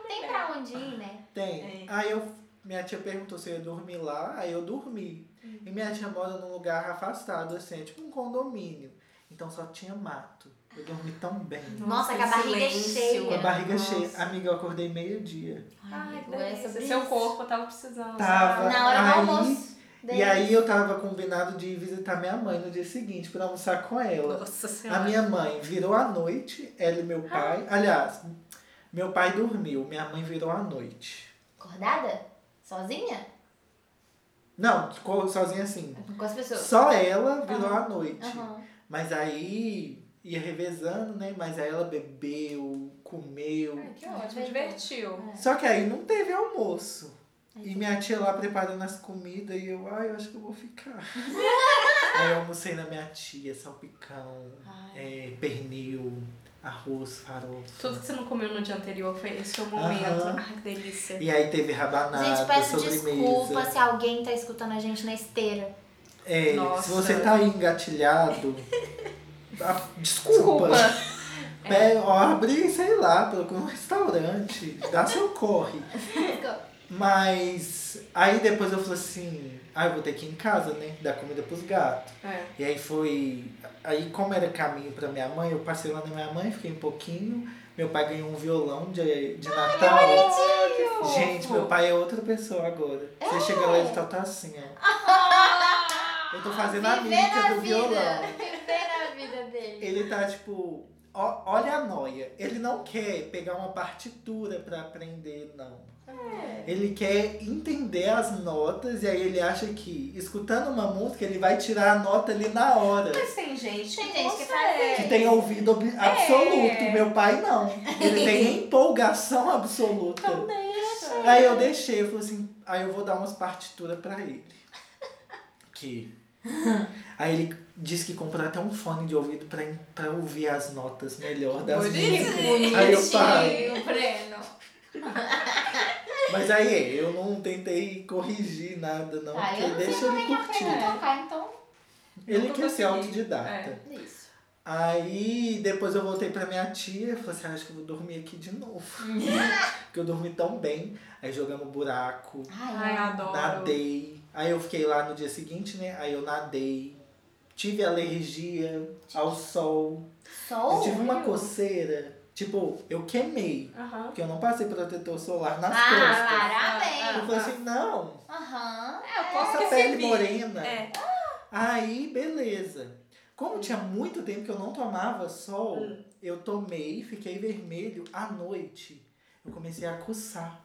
[SPEAKER 2] Tem pra onde ir, né?
[SPEAKER 1] Tem.
[SPEAKER 3] É.
[SPEAKER 1] Aí eu. Minha tia perguntou se eu ia dormir lá, aí eu dormi. E minha tia mora num lugar afastado, assim, é tipo um condomínio. Então só tinha mato. Eu dormi tão bem.
[SPEAKER 2] Nossa, que a barriga é
[SPEAKER 3] silêncio.
[SPEAKER 2] cheia.
[SPEAKER 1] Com a barriga
[SPEAKER 3] Nossa.
[SPEAKER 1] cheia. Amiga, eu acordei meio-dia.
[SPEAKER 3] Ai,
[SPEAKER 2] amigo, é sobre
[SPEAKER 3] delícia. Seu
[SPEAKER 2] isso.
[SPEAKER 3] corpo tava precisando.
[SPEAKER 1] Tava.
[SPEAKER 3] sabe?
[SPEAKER 2] Na hora
[SPEAKER 1] Aí-
[SPEAKER 2] do almoço.
[SPEAKER 1] E aí eu tava combinado de ir visitar minha mãe no dia seguinte pra almoçar com ela.
[SPEAKER 3] Nossa
[SPEAKER 1] A
[SPEAKER 3] senhora.
[SPEAKER 1] minha mãe virou à noite, ela e meu pai. Aliás, meu pai dormiu, minha mãe virou à noite.
[SPEAKER 2] Acordada? Sozinha?
[SPEAKER 1] Não, ficou sozinha assim.
[SPEAKER 2] Com as pessoas.
[SPEAKER 1] Só ela virou à noite.
[SPEAKER 2] Aham.
[SPEAKER 1] Mas aí ia revezando, né? Mas aí ela bebeu, comeu.
[SPEAKER 3] Ai, que ótimo, divertiu.
[SPEAKER 1] Só que aí não teve almoço. E minha tia lá preparando as comidas e eu, ai, eu acho que eu vou ficar. Aí eu almocei na minha tia, salpicão, é, pernil, arroz, farofa.
[SPEAKER 3] Tudo que você não comeu no dia anterior foi esse seu momento.
[SPEAKER 1] Aham.
[SPEAKER 3] Ai, que delícia.
[SPEAKER 1] E aí teve rabanada,
[SPEAKER 2] Gente, peço
[SPEAKER 1] sobremesa.
[SPEAKER 2] desculpa se alguém tá escutando a gente na esteira.
[SPEAKER 1] É,
[SPEAKER 3] Nossa.
[SPEAKER 1] se você tá aí engatilhado, ah, desculpa.
[SPEAKER 3] Desculpa.
[SPEAKER 1] Pega, ó, abre, sei lá, procura um restaurante, dá seu corre. Mas aí depois eu falei assim, ah, eu vou ter que ir em casa, né? Dar comida pros gatos.
[SPEAKER 3] É.
[SPEAKER 1] E aí foi. Aí como era caminho pra minha mãe, eu passei lá na minha mãe, fiquei um pouquinho. Meu pai ganhou um violão de, de Natal.
[SPEAKER 3] Bonitinho.
[SPEAKER 1] Gente, meu pai é outra pessoa agora.
[SPEAKER 2] É?
[SPEAKER 1] Você chega lá e ele tá, tá assim, ó. Eu tô fazendo a
[SPEAKER 2] Viver
[SPEAKER 1] mímica
[SPEAKER 2] Ah, a
[SPEAKER 1] do
[SPEAKER 2] vida.
[SPEAKER 1] violão.
[SPEAKER 2] Viver a vida dele.
[SPEAKER 1] Ele tá tipo. ó- olha a noia. Ele não quer pegar uma partitura pra aprender, não.
[SPEAKER 2] É.
[SPEAKER 1] Ele quer entender as notas e aí ele acha que escutando uma música ele vai tirar a nota ali na hora.
[SPEAKER 3] Mas tem gente
[SPEAKER 2] Tem
[SPEAKER 3] que
[SPEAKER 2] gente que
[SPEAKER 3] consegue.
[SPEAKER 2] faz
[SPEAKER 1] Que tem ouvido ob- absoluto.
[SPEAKER 3] É.
[SPEAKER 1] Meu pai não. Ele tem empolgação absoluta.
[SPEAKER 3] Então
[SPEAKER 2] né,
[SPEAKER 3] deixa.
[SPEAKER 1] Aí eu deixei, eu falei assim, aí eu vou dar umas partituras pra ele. Que. Aí ele disse que comprou até um fone de ouvido pra, pra ouvir as notas melhor das músicas.
[SPEAKER 3] Bonitinho.
[SPEAKER 1] Aí eu paro.
[SPEAKER 2] o Breno.
[SPEAKER 1] Mas aí eu não tentei corrigir nada, não.
[SPEAKER 2] Ah,
[SPEAKER 1] porque
[SPEAKER 2] eu não sei
[SPEAKER 1] deixa
[SPEAKER 2] como é
[SPEAKER 1] ele
[SPEAKER 2] que aprende
[SPEAKER 1] curtir.
[SPEAKER 2] a tocar, então.
[SPEAKER 1] Ele
[SPEAKER 3] Nunca
[SPEAKER 1] quer ser
[SPEAKER 3] consegui.
[SPEAKER 1] autodidata.
[SPEAKER 3] É.
[SPEAKER 2] Isso.
[SPEAKER 1] Aí depois eu voltei pra minha tia e falei assim, "Ah, acho que eu vou dormir aqui de novo. Porque eu dormi tão bem. Aí jogamos buraco.
[SPEAKER 3] Ai, adoro.
[SPEAKER 1] Nadei. Aí eu fiquei lá no dia seguinte, né? Aí eu nadei. Tive alergia ao sol. Eu
[SPEAKER 2] Sol?
[SPEAKER 1] tive uma
[SPEAKER 3] Oh, meu.
[SPEAKER 1] coceira. Tipo, eu queimei.
[SPEAKER 3] Aham.
[SPEAKER 1] Porque eu não passei protetor solar nas
[SPEAKER 2] Ah,
[SPEAKER 1] costas.
[SPEAKER 2] parabéns.
[SPEAKER 1] Eu falei assim, não.
[SPEAKER 2] ah. Aham. É.
[SPEAKER 3] Posso
[SPEAKER 1] Essa
[SPEAKER 3] que
[SPEAKER 1] pele
[SPEAKER 3] servir.
[SPEAKER 1] morena.
[SPEAKER 3] É.
[SPEAKER 1] Aí, beleza. Como tinha muito tempo que eu não tomava sol,
[SPEAKER 3] Hum.
[SPEAKER 1] eu tomei, fiquei vermelho à noite. Eu comecei a coçar.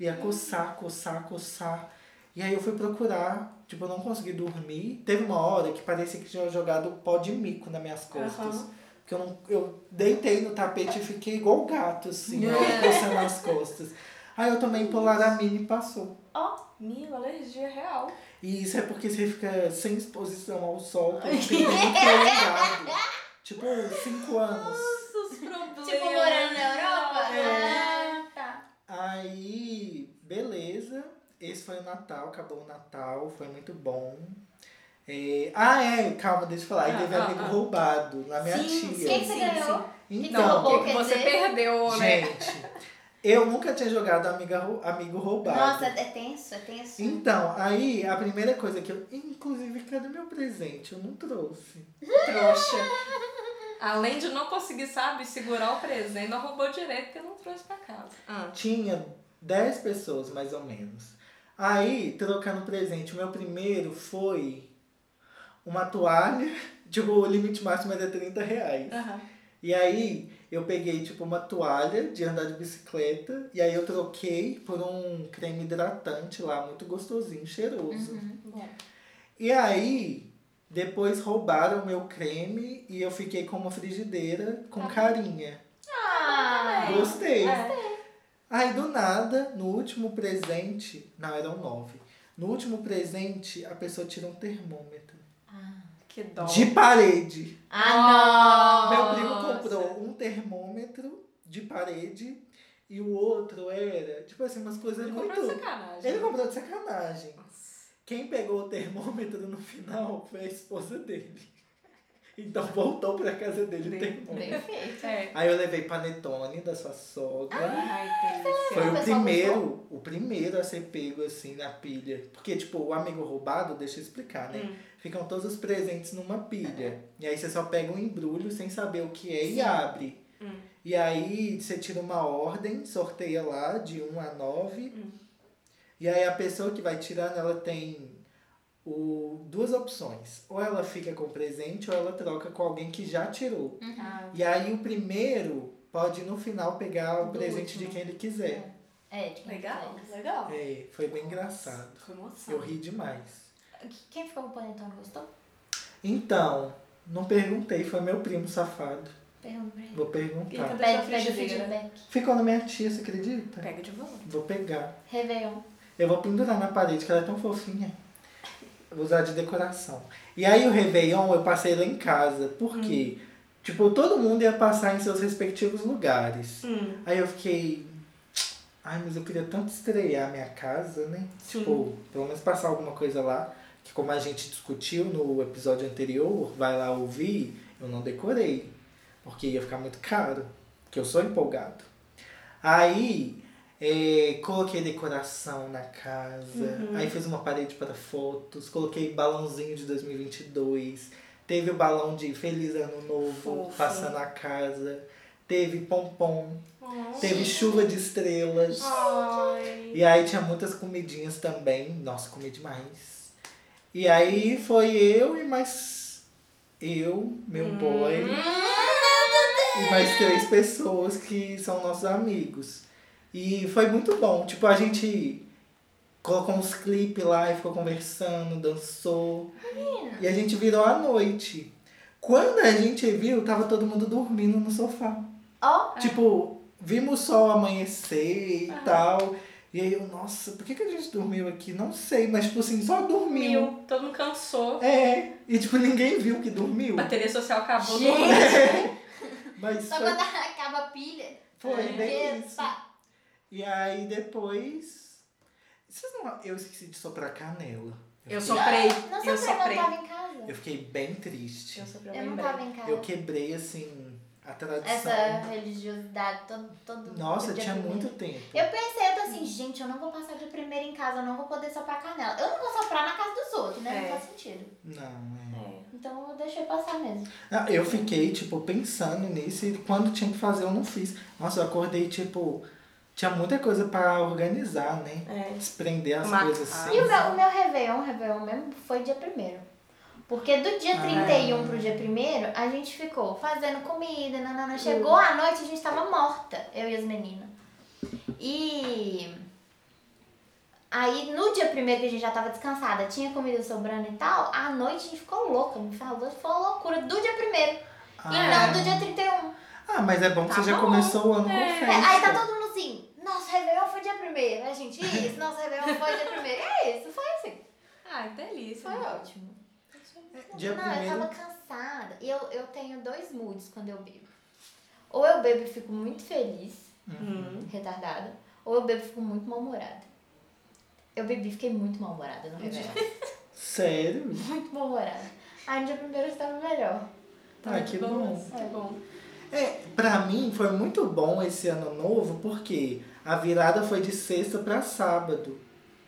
[SPEAKER 1] E
[SPEAKER 3] Hum.
[SPEAKER 1] a coçar, coçar, coçar. E aí eu fui procurar, tipo, eu não consegui dormir. Teve uma hora que parecia que tinha jogado pó de mico nas minhas costas.
[SPEAKER 3] Aham.
[SPEAKER 1] Porque eu, não, eu deitei no tapete e fiquei igual um gato, assim, ó, coçando as costas. Aí eu tomei polaramine e passou.
[SPEAKER 3] Meu, alergia real.
[SPEAKER 1] E isso é porque você fica sem exposição ao sol por um período prolongado. Tipo, cinco anos.
[SPEAKER 3] Os problemas.
[SPEAKER 2] Tipo, morando na Europa?
[SPEAKER 1] É.
[SPEAKER 2] Ah, tá.
[SPEAKER 1] Aí, beleza. Esse foi o Natal, acabou o Natal, foi muito bom. É, Ah, é, calma, deixa eu falar. Aí
[SPEAKER 3] Ah,
[SPEAKER 1] teve
[SPEAKER 3] ah,
[SPEAKER 1] amigo
[SPEAKER 3] ah.
[SPEAKER 1] roubado na minha
[SPEAKER 3] Sim,
[SPEAKER 1] tia.
[SPEAKER 2] O que, que você
[SPEAKER 3] Sim,
[SPEAKER 2] ganhou? que você
[SPEAKER 1] Então,
[SPEAKER 3] Não,
[SPEAKER 2] roubou,
[SPEAKER 3] o que
[SPEAKER 2] quer
[SPEAKER 3] você
[SPEAKER 2] dizer?
[SPEAKER 3] perdeu, né?
[SPEAKER 1] gente, eu nunca tinha jogado amiga, rou- amigo roubado.
[SPEAKER 2] Nossa, é tenso, é tenso.
[SPEAKER 1] Então, aí a primeira coisa que eu. Inclusive, cadê meu presente? Eu não trouxe.
[SPEAKER 3] Trouxa. Além de não conseguir, sabe, segurar o presente, não roubou direito porque não trouxe pra casa. Ah.
[SPEAKER 1] Tinha 10 pessoas, mais ou menos. Aí, trocando presente, o meu primeiro foi uma toalha. Tipo, o limite máximo era 30 reais.
[SPEAKER 3] Aham.
[SPEAKER 1] E aí, eu peguei, tipo, uma toalha de andar de bicicleta. E aí, eu troquei por um creme hidratante lá, muito gostosinho, cheiroso.
[SPEAKER 2] Uhum.
[SPEAKER 3] Bom.
[SPEAKER 1] E aí, depois roubaram o meu creme e eu fiquei com uma frigideira com carinha.
[SPEAKER 2] Ah,
[SPEAKER 3] Ai.
[SPEAKER 1] Gostei.
[SPEAKER 3] É.
[SPEAKER 1] Aí do nada, no último presente, não, eram nove. No último presente, a pessoa tira um termômetro.
[SPEAKER 3] Que dó.
[SPEAKER 1] De parede.
[SPEAKER 2] ah, não.
[SPEAKER 1] Meu primo
[SPEAKER 3] Nossa.
[SPEAKER 1] comprou um termômetro de parede e o outro era, tipo assim, umas coisas
[SPEAKER 3] Ele
[SPEAKER 1] muito.
[SPEAKER 3] comprou de sacanagem.
[SPEAKER 1] Ele comprou de sacanagem.
[SPEAKER 3] Nossa.
[SPEAKER 1] Quem pegou o termômetro no final foi a esposa dele. Então voltou pra casa dele o
[SPEAKER 3] Bem-
[SPEAKER 1] termômetro.
[SPEAKER 2] Bem feito.
[SPEAKER 3] É.
[SPEAKER 1] Aí eu levei panetone da sua sogra.
[SPEAKER 3] Ai,
[SPEAKER 1] Foi
[SPEAKER 2] O
[SPEAKER 1] o
[SPEAKER 2] pessoal
[SPEAKER 1] primeiro, o primeiro a ser pego assim na pilha. Porque, tipo, o amigo roubado, deixa eu explicar, né?
[SPEAKER 3] Hum.
[SPEAKER 1] Ficam todos os presentes numa pilha. E aí você só pega um embrulho sem saber o que é e
[SPEAKER 2] Sim.
[SPEAKER 1] abre.
[SPEAKER 3] Hum.
[SPEAKER 1] E aí você tira uma ordem, sorteia lá de 1 a 9.
[SPEAKER 3] Hum.
[SPEAKER 1] E aí a pessoa que vai tirando, ela tem o, duas opções. Ou ela fica com o presente, ou ela troca com alguém que já tirou.
[SPEAKER 3] Ah,
[SPEAKER 1] E aí o primeiro pode no final pegar o
[SPEAKER 3] Do
[SPEAKER 1] presente
[SPEAKER 3] último.
[SPEAKER 1] de quem ele quiser.
[SPEAKER 2] É, de quem
[SPEAKER 3] legal,
[SPEAKER 2] quiser.
[SPEAKER 3] legal.
[SPEAKER 1] É, foi bem engraçado.
[SPEAKER 3] Foi emoção.
[SPEAKER 1] Eu ri demais.
[SPEAKER 2] Quem ficou com o panetone gostou?
[SPEAKER 1] Então, não perguntei, foi meu primo safado.
[SPEAKER 2] Pergunta pra ele.
[SPEAKER 1] Vou
[SPEAKER 3] E cadê
[SPEAKER 1] perguntar.
[SPEAKER 3] sua
[SPEAKER 2] Pede, pede o
[SPEAKER 3] frigideira?
[SPEAKER 2] feedback.
[SPEAKER 1] Ficou na minha tia, você acredita?
[SPEAKER 3] Pega de volta.
[SPEAKER 1] Vou pegar.
[SPEAKER 2] Réveillon.
[SPEAKER 1] Eu vou pendurar na parede, que ela é tão fofinha. Eu Vou usar de decoração. E aí o Réveillon eu passei lá em casa. Por quê? Tipo, todo mundo ia passar em seus respectivos lugares.
[SPEAKER 3] Hum.
[SPEAKER 1] Aí eu fiquei. Ai, mas eu queria tanto estrear minha casa, né?
[SPEAKER 3] Sim.
[SPEAKER 1] Tipo, pelo menos passar alguma coisa lá. Que como a gente discutiu no episódio anterior, vai lá ouvir, eu não decorei. Porque ia ficar muito caro. Porque eu sou empolgado. Aí eh, coloquei decoração na casa. Aí fiz uma parede para fotos. Coloquei balãozinho de 2022. Teve o balão de Feliz Ano Novo
[SPEAKER 3] Fofo.
[SPEAKER 1] passando a casa. Teve pompom. Teve chuva de estrelas.
[SPEAKER 3] Ai.
[SPEAKER 1] E aí tinha muitas comidinhas também. Nossa, comi demais. E aí foi eu e mais. Eu, meu boy e mais três pessoas que são nossos amigos. E foi muito bom. Tipo, a gente colocou uns clipes lá e ficou conversando, dançou. E a gente virou a noite. Quando a gente viu, tava todo mundo dormindo no sofá.
[SPEAKER 2] Ó,
[SPEAKER 1] Tipo, vimos o sol amanhecer e tal. E aí eu, nossa, por que, que a gente dormiu aqui? Não sei, mas tipo assim, só dormiu.
[SPEAKER 3] Mil. Todo mundo cansou.
[SPEAKER 1] É, e tipo, ninguém viu que dormiu.
[SPEAKER 3] A bateria social acabou.
[SPEAKER 2] Gente.
[SPEAKER 3] todo mundo-
[SPEAKER 1] Mas
[SPEAKER 2] só
[SPEAKER 1] foi,
[SPEAKER 2] quando acaba a pilha.
[SPEAKER 1] foi bem
[SPEAKER 2] Porque,
[SPEAKER 1] isso.
[SPEAKER 2] pá,
[SPEAKER 1] E aí depois. Vocês não. Eu esqueci de soprar canela.
[SPEAKER 3] Eu
[SPEAKER 1] fiquei-
[SPEAKER 3] soprei.
[SPEAKER 2] não sei
[SPEAKER 3] Eu
[SPEAKER 2] porque eu
[SPEAKER 3] soprei.
[SPEAKER 2] não tava em casa.
[SPEAKER 1] Eu fiquei bem triste.
[SPEAKER 3] Eu soprei, eu
[SPEAKER 2] Eu não
[SPEAKER 3] lembrei.
[SPEAKER 2] tava em casa.
[SPEAKER 1] Eu quebrei assim a tradição.
[SPEAKER 2] Essa religiosidade, todo, todo
[SPEAKER 1] Nossa,
[SPEAKER 2] dia
[SPEAKER 1] tinha
[SPEAKER 2] primeiro.
[SPEAKER 1] muito tempo.
[SPEAKER 2] Eu pensei, eu tô assim, gente, eu não vou passar de primeira em casa, eu não vou poder soprar canela. Eu não vou soprar na casa dos outros, né?
[SPEAKER 3] É.
[SPEAKER 2] Não faz sentido.
[SPEAKER 1] Não, é.
[SPEAKER 3] É.
[SPEAKER 2] Então eu deixei passar mesmo.
[SPEAKER 1] Ah, Eu fiquei, tipo, pensando nisso e quando tinha que fazer eu não fiz. Nossa, eu acordei, tipo, tinha muita coisa pra organizar, né?
[SPEAKER 3] É.
[SPEAKER 1] Desprender as
[SPEAKER 3] Uma
[SPEAKER 1] coisas
[SPEAKER 3] casa.
[SPEAKER 1] assim.
[SPEAKER 2] E o meu, o meu Réveillon, Réveillon mesmo, foi dia primeiro. Porque do dia 31 pro dia primeiro, a gente ficou fazendo comida, nanana. Chegou à noite, a gente tava morta, eu e as meninas. E aí no dia primeiro que a gente já tava descansada, tinha comida sobrando e tal, à noite a gente ficou louca, me falou, foi uma loucura do dia primeiro.
[SPEAKER 1] Ah,
[SPEAKER 2] E não do dia 31.
[SPEAKER 1] ah, mas é bom que
[SPEAKER 3] Tá
[SPEAKER 1] você já
[SPEAKER 3] bom.
[SPEAKER 1] começou o ano
[SPEAKER 3] É.
[SPEAKER 1] com festa.
[SPEAKER 2] É, aí tá todo mundo assim, nosso Réveillon foi dia primeiro, né, gente? Isso, nosso Réveillon foi dia primeiro. É isso, foi assim,
[SPEAKER 3] Ai, que delícia.
[SPEAKER 2] foi ótimo.
[SPEAKER 1] Dia
[SPEAKER 2] não,
[SPEAKER 1] primeiro-
[SPEAKER 2] eu tava cansada. E eu, eu tenho dois moods quando eu bebo. Ou eu bebo e fico muito feliz,
[SPEAKER 3] Hum.
[SPEAKER 2] retardada, ou eu bebo e fico muito mal-humorada. Eu bebi e fiquei muito mal-humorada no Réveillon.
[SPEAKER 1] Sério?
[SPEAKER 2] muito mal-humorada. Aí no dia primeiro eu estava melhor.
[SPEAKER 1] Ah, que bom.
[SPEAKER 3] Que Tá, bom.
[SPEAKER 1] É, pra mim foi muito bom esse ano novo, porque a virada foi de sexta pra sábado.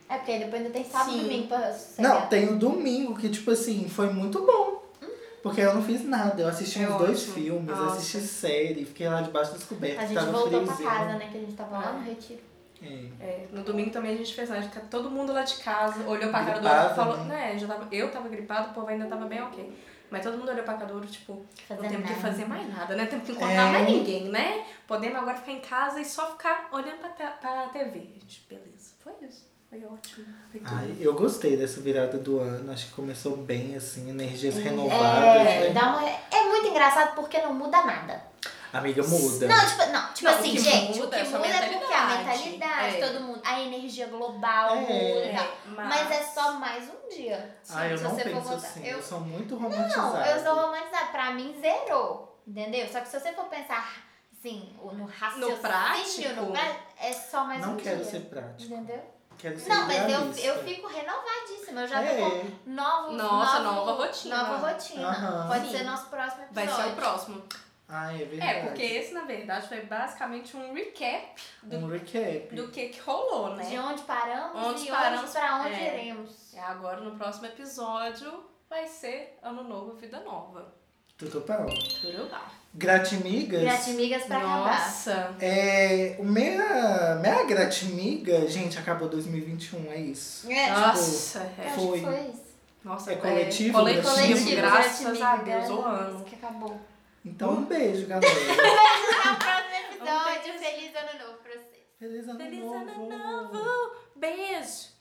[SPEAKER 2] É porque aí depois ainda tem sábado e
[SPEAKER 3] Sim.
[SPEAKER 2] domingo pra
[SPEAKER 1] Não,
[SPEAKER 2] sossegar.
[SPEAKER 1] tem o domingo, que tipo assim, foi muito bom.
[SPEAKER 2] Uhum.
[SPEAKER 1] Porque eu não fiz nada, eu assisti
[SPEAKER 3] É
[SPEAKER 1] uns dois
[SPEAKER 3] ótimo.
[SPEAKER 1] filmes,
[SPEAKER 3] Nossa.
[SPEAKER 1] assisti série, fiquei lá debaixo das cobertas,
[SPEAKER 2] A gente
[SPEAKER 1] tava
[SPEAKER 2] voltou pra
[SPEAKER 1] friozinho.
[SPEAKER 2] casa, né? Que a gente tava lá
[SPEAKER 3] Ah.
[SPEAKER 2] no retiro.
[SPEAKER 1] É.
[SPEAKER 3] É, no domingo também a gente fez nada, ficar todo mundo lá de casa, olhou pra cara do
[SPEAKER 1] Gripado,
[SPEAKER 3] outro e falou,
[SPEAKER 1] né?
[SPEAKER 3] né, já tava, eu tava gripado, o povo ainda tava bem ok. Mas todo mundo olhou pra cara do outro, tipo,
[SPEAKER 2] Fazendo
[SPEAKER 3] não temos que
[SPEAKER 2] nada.
[SPEAKER 3] fazer mais nada, né? Temos que encontrar
[SPEAKER 1] É.
[SPEAKER 3] mais ninguém, né? Podemos agora ficar em casa e só ficar olhando pra, te- pra TV. Gente, beleza. Foi isso. Foi ótimo. Foi tudo.
[SPEAKER 1] Ai, eu gostei dessa virada do ano, acho que começou bem, assim, energias renovadas,
[SPEAKER 2] É,
[SPEAKER 1] né?
[SPEAKER 2] dá uma... é muito engraçado porque não muda nada.
[SPEAKER 1] Amiga, muda.
[SPEAKER 2] Não, tipo, não, tipo
[SPEAKER 3] Não, o
[SPEAKER 2] assim,
[SPEAKER 3] que
[SPEAKER 2] gente,
[SPEAKER 3] muda
[SPEAKER 2] o
[SPEAKER 3] é
[SPEAKER 2] que
[SPEAKER 3] sua
[SPEAKER 2] muda é porque a
[SPEAKER 3] mentalidade.
[SPEAKER 2] mentalidade,
[SPEAKER 3] É.
[SPEAKER 2] todo mundo, a energia global
[SPEAKER 1] É.
[SPEAKER 2] muda.
[SPEAKER 1] É,
[SPEAKER 2] e tal. Mas... é só mais um dia.
[SPEAKER 1] Ah, eu
[SPEAKER 2] Se
[SPEAKER 1] não
[SPEAKER 2] você for
[SPEAKER 1] penso
[SPEAKER 2] voltar-
[SPEAKER 1] assim, eu...
[SPEAKER 2] Eu,
[SPEAKER 1] sou muito
[SPEAKER 2] não,
[SPEAKER 1] romantizada.
[SPEAKER 2] eu sou romantizada. Pra mim, zerou. Entendeu? Só que se você for pensar, assim, o- no raciocínio,
[SPEAKER 3] prático?
[SPEAKER 2] no prá- é só mais
[SPEAKER 1] Não
[SPEAKER 2] um
[SPEAKER 1] quero
[SPEAKER 2] dia.
[SPEAKER 1] ser prático,
[SPEAKER 2] Entendeu?
[SPEAKER 1] quero ser
[SPEAKER 2] Não, mas eu,
[SPEAKER 1] realista.
[SPEAKER 2] eu fico renovadíssima. Eu já
[SPEAKER 1] é.
[SPEAKER 2] tô com novos,
[SPEAKER 3] Nossa,
[SPEAKER 2] novos-
[SPEAKER 3] nova rotina.
[SPEAKER 2] um Nova rotina.
[SPEAKER 1] Aham.
[SPEAKER 2] Pode
[SPEAKER 3] Sim.
[SPEAKER 2] ser nosso próximo episódio.
[SPEAKER 3] Vai ser o próximo.
[SPEAKER 1] Ah, é verdade.
[SPEAKER 3] É, porque esse, na verdade, foi basicamente um recap do,
[SPEAKER 1] Um recap.
[SPEAKER 3] do que, que rolou, né?
[SPEAKER 2] De onde paramos
[SPEAKER 3] Onde
[SPEAKER 2] e
[SPEAKER 3] paramos,
[SPEAKER 2] onde pra onde
[SPEAKER 3] é.
[SPEAKER 2] iremos.
[SPEAKER 3] E agora, no próximo episódio, vai ser Ano Novo, Vida Nova.
[SPEAKER 1] Tudo pau.
[SPEAKER 3] Turubá.
[SPEAKER 1] Gratimigas?
[SPEAKER 2] Gratimigas pra acabar.
[SPEAKER 3] Nossa.
[SPEAKER 1] É, o minha, minha gratimiga, gente, acabou 2021, é isso.
[SPEAKER 2] É,
[SPEAKER 3] Nossa.
[SPEAKER 2] eu
[SPEAKER 3] É.
[SPEAKER 2] acho
[SPEAKER 1] foi.
[SPEAKER 2] que foi isso.
[SPEAKER 3] Nossa,
[SPEAKER 1] É coletivo,
[SPEAKER 3] coletivo,
[SPEAKER 1] Coletivo,
[SPEAKER 2] Coletivo,
[SPEAKER 3] graças a
[SPEAKER 2] Gratimigas,
[SPEAKER 3] Deus, o
[SPEAKER 2] nossa,
[SPEAKER 3] ano.
[SPEAKER 2] Que acabou.
[SPEAKER 1] Então, um beijo, galera.
[SPEAKER 2] Até o próximo
[SPEAKER 3] Um
[SPEAKER 2] episódio.
[SPEAKER 3] beijo.
[SPEAKER 2] Feliz ano novo pra vocês.
[SPEAKER 1] Feliz ano
[SPEAKER 3] Feliz
[SPEAKER 1] novo.
[SPEAKER 3] ano novo. Beijo.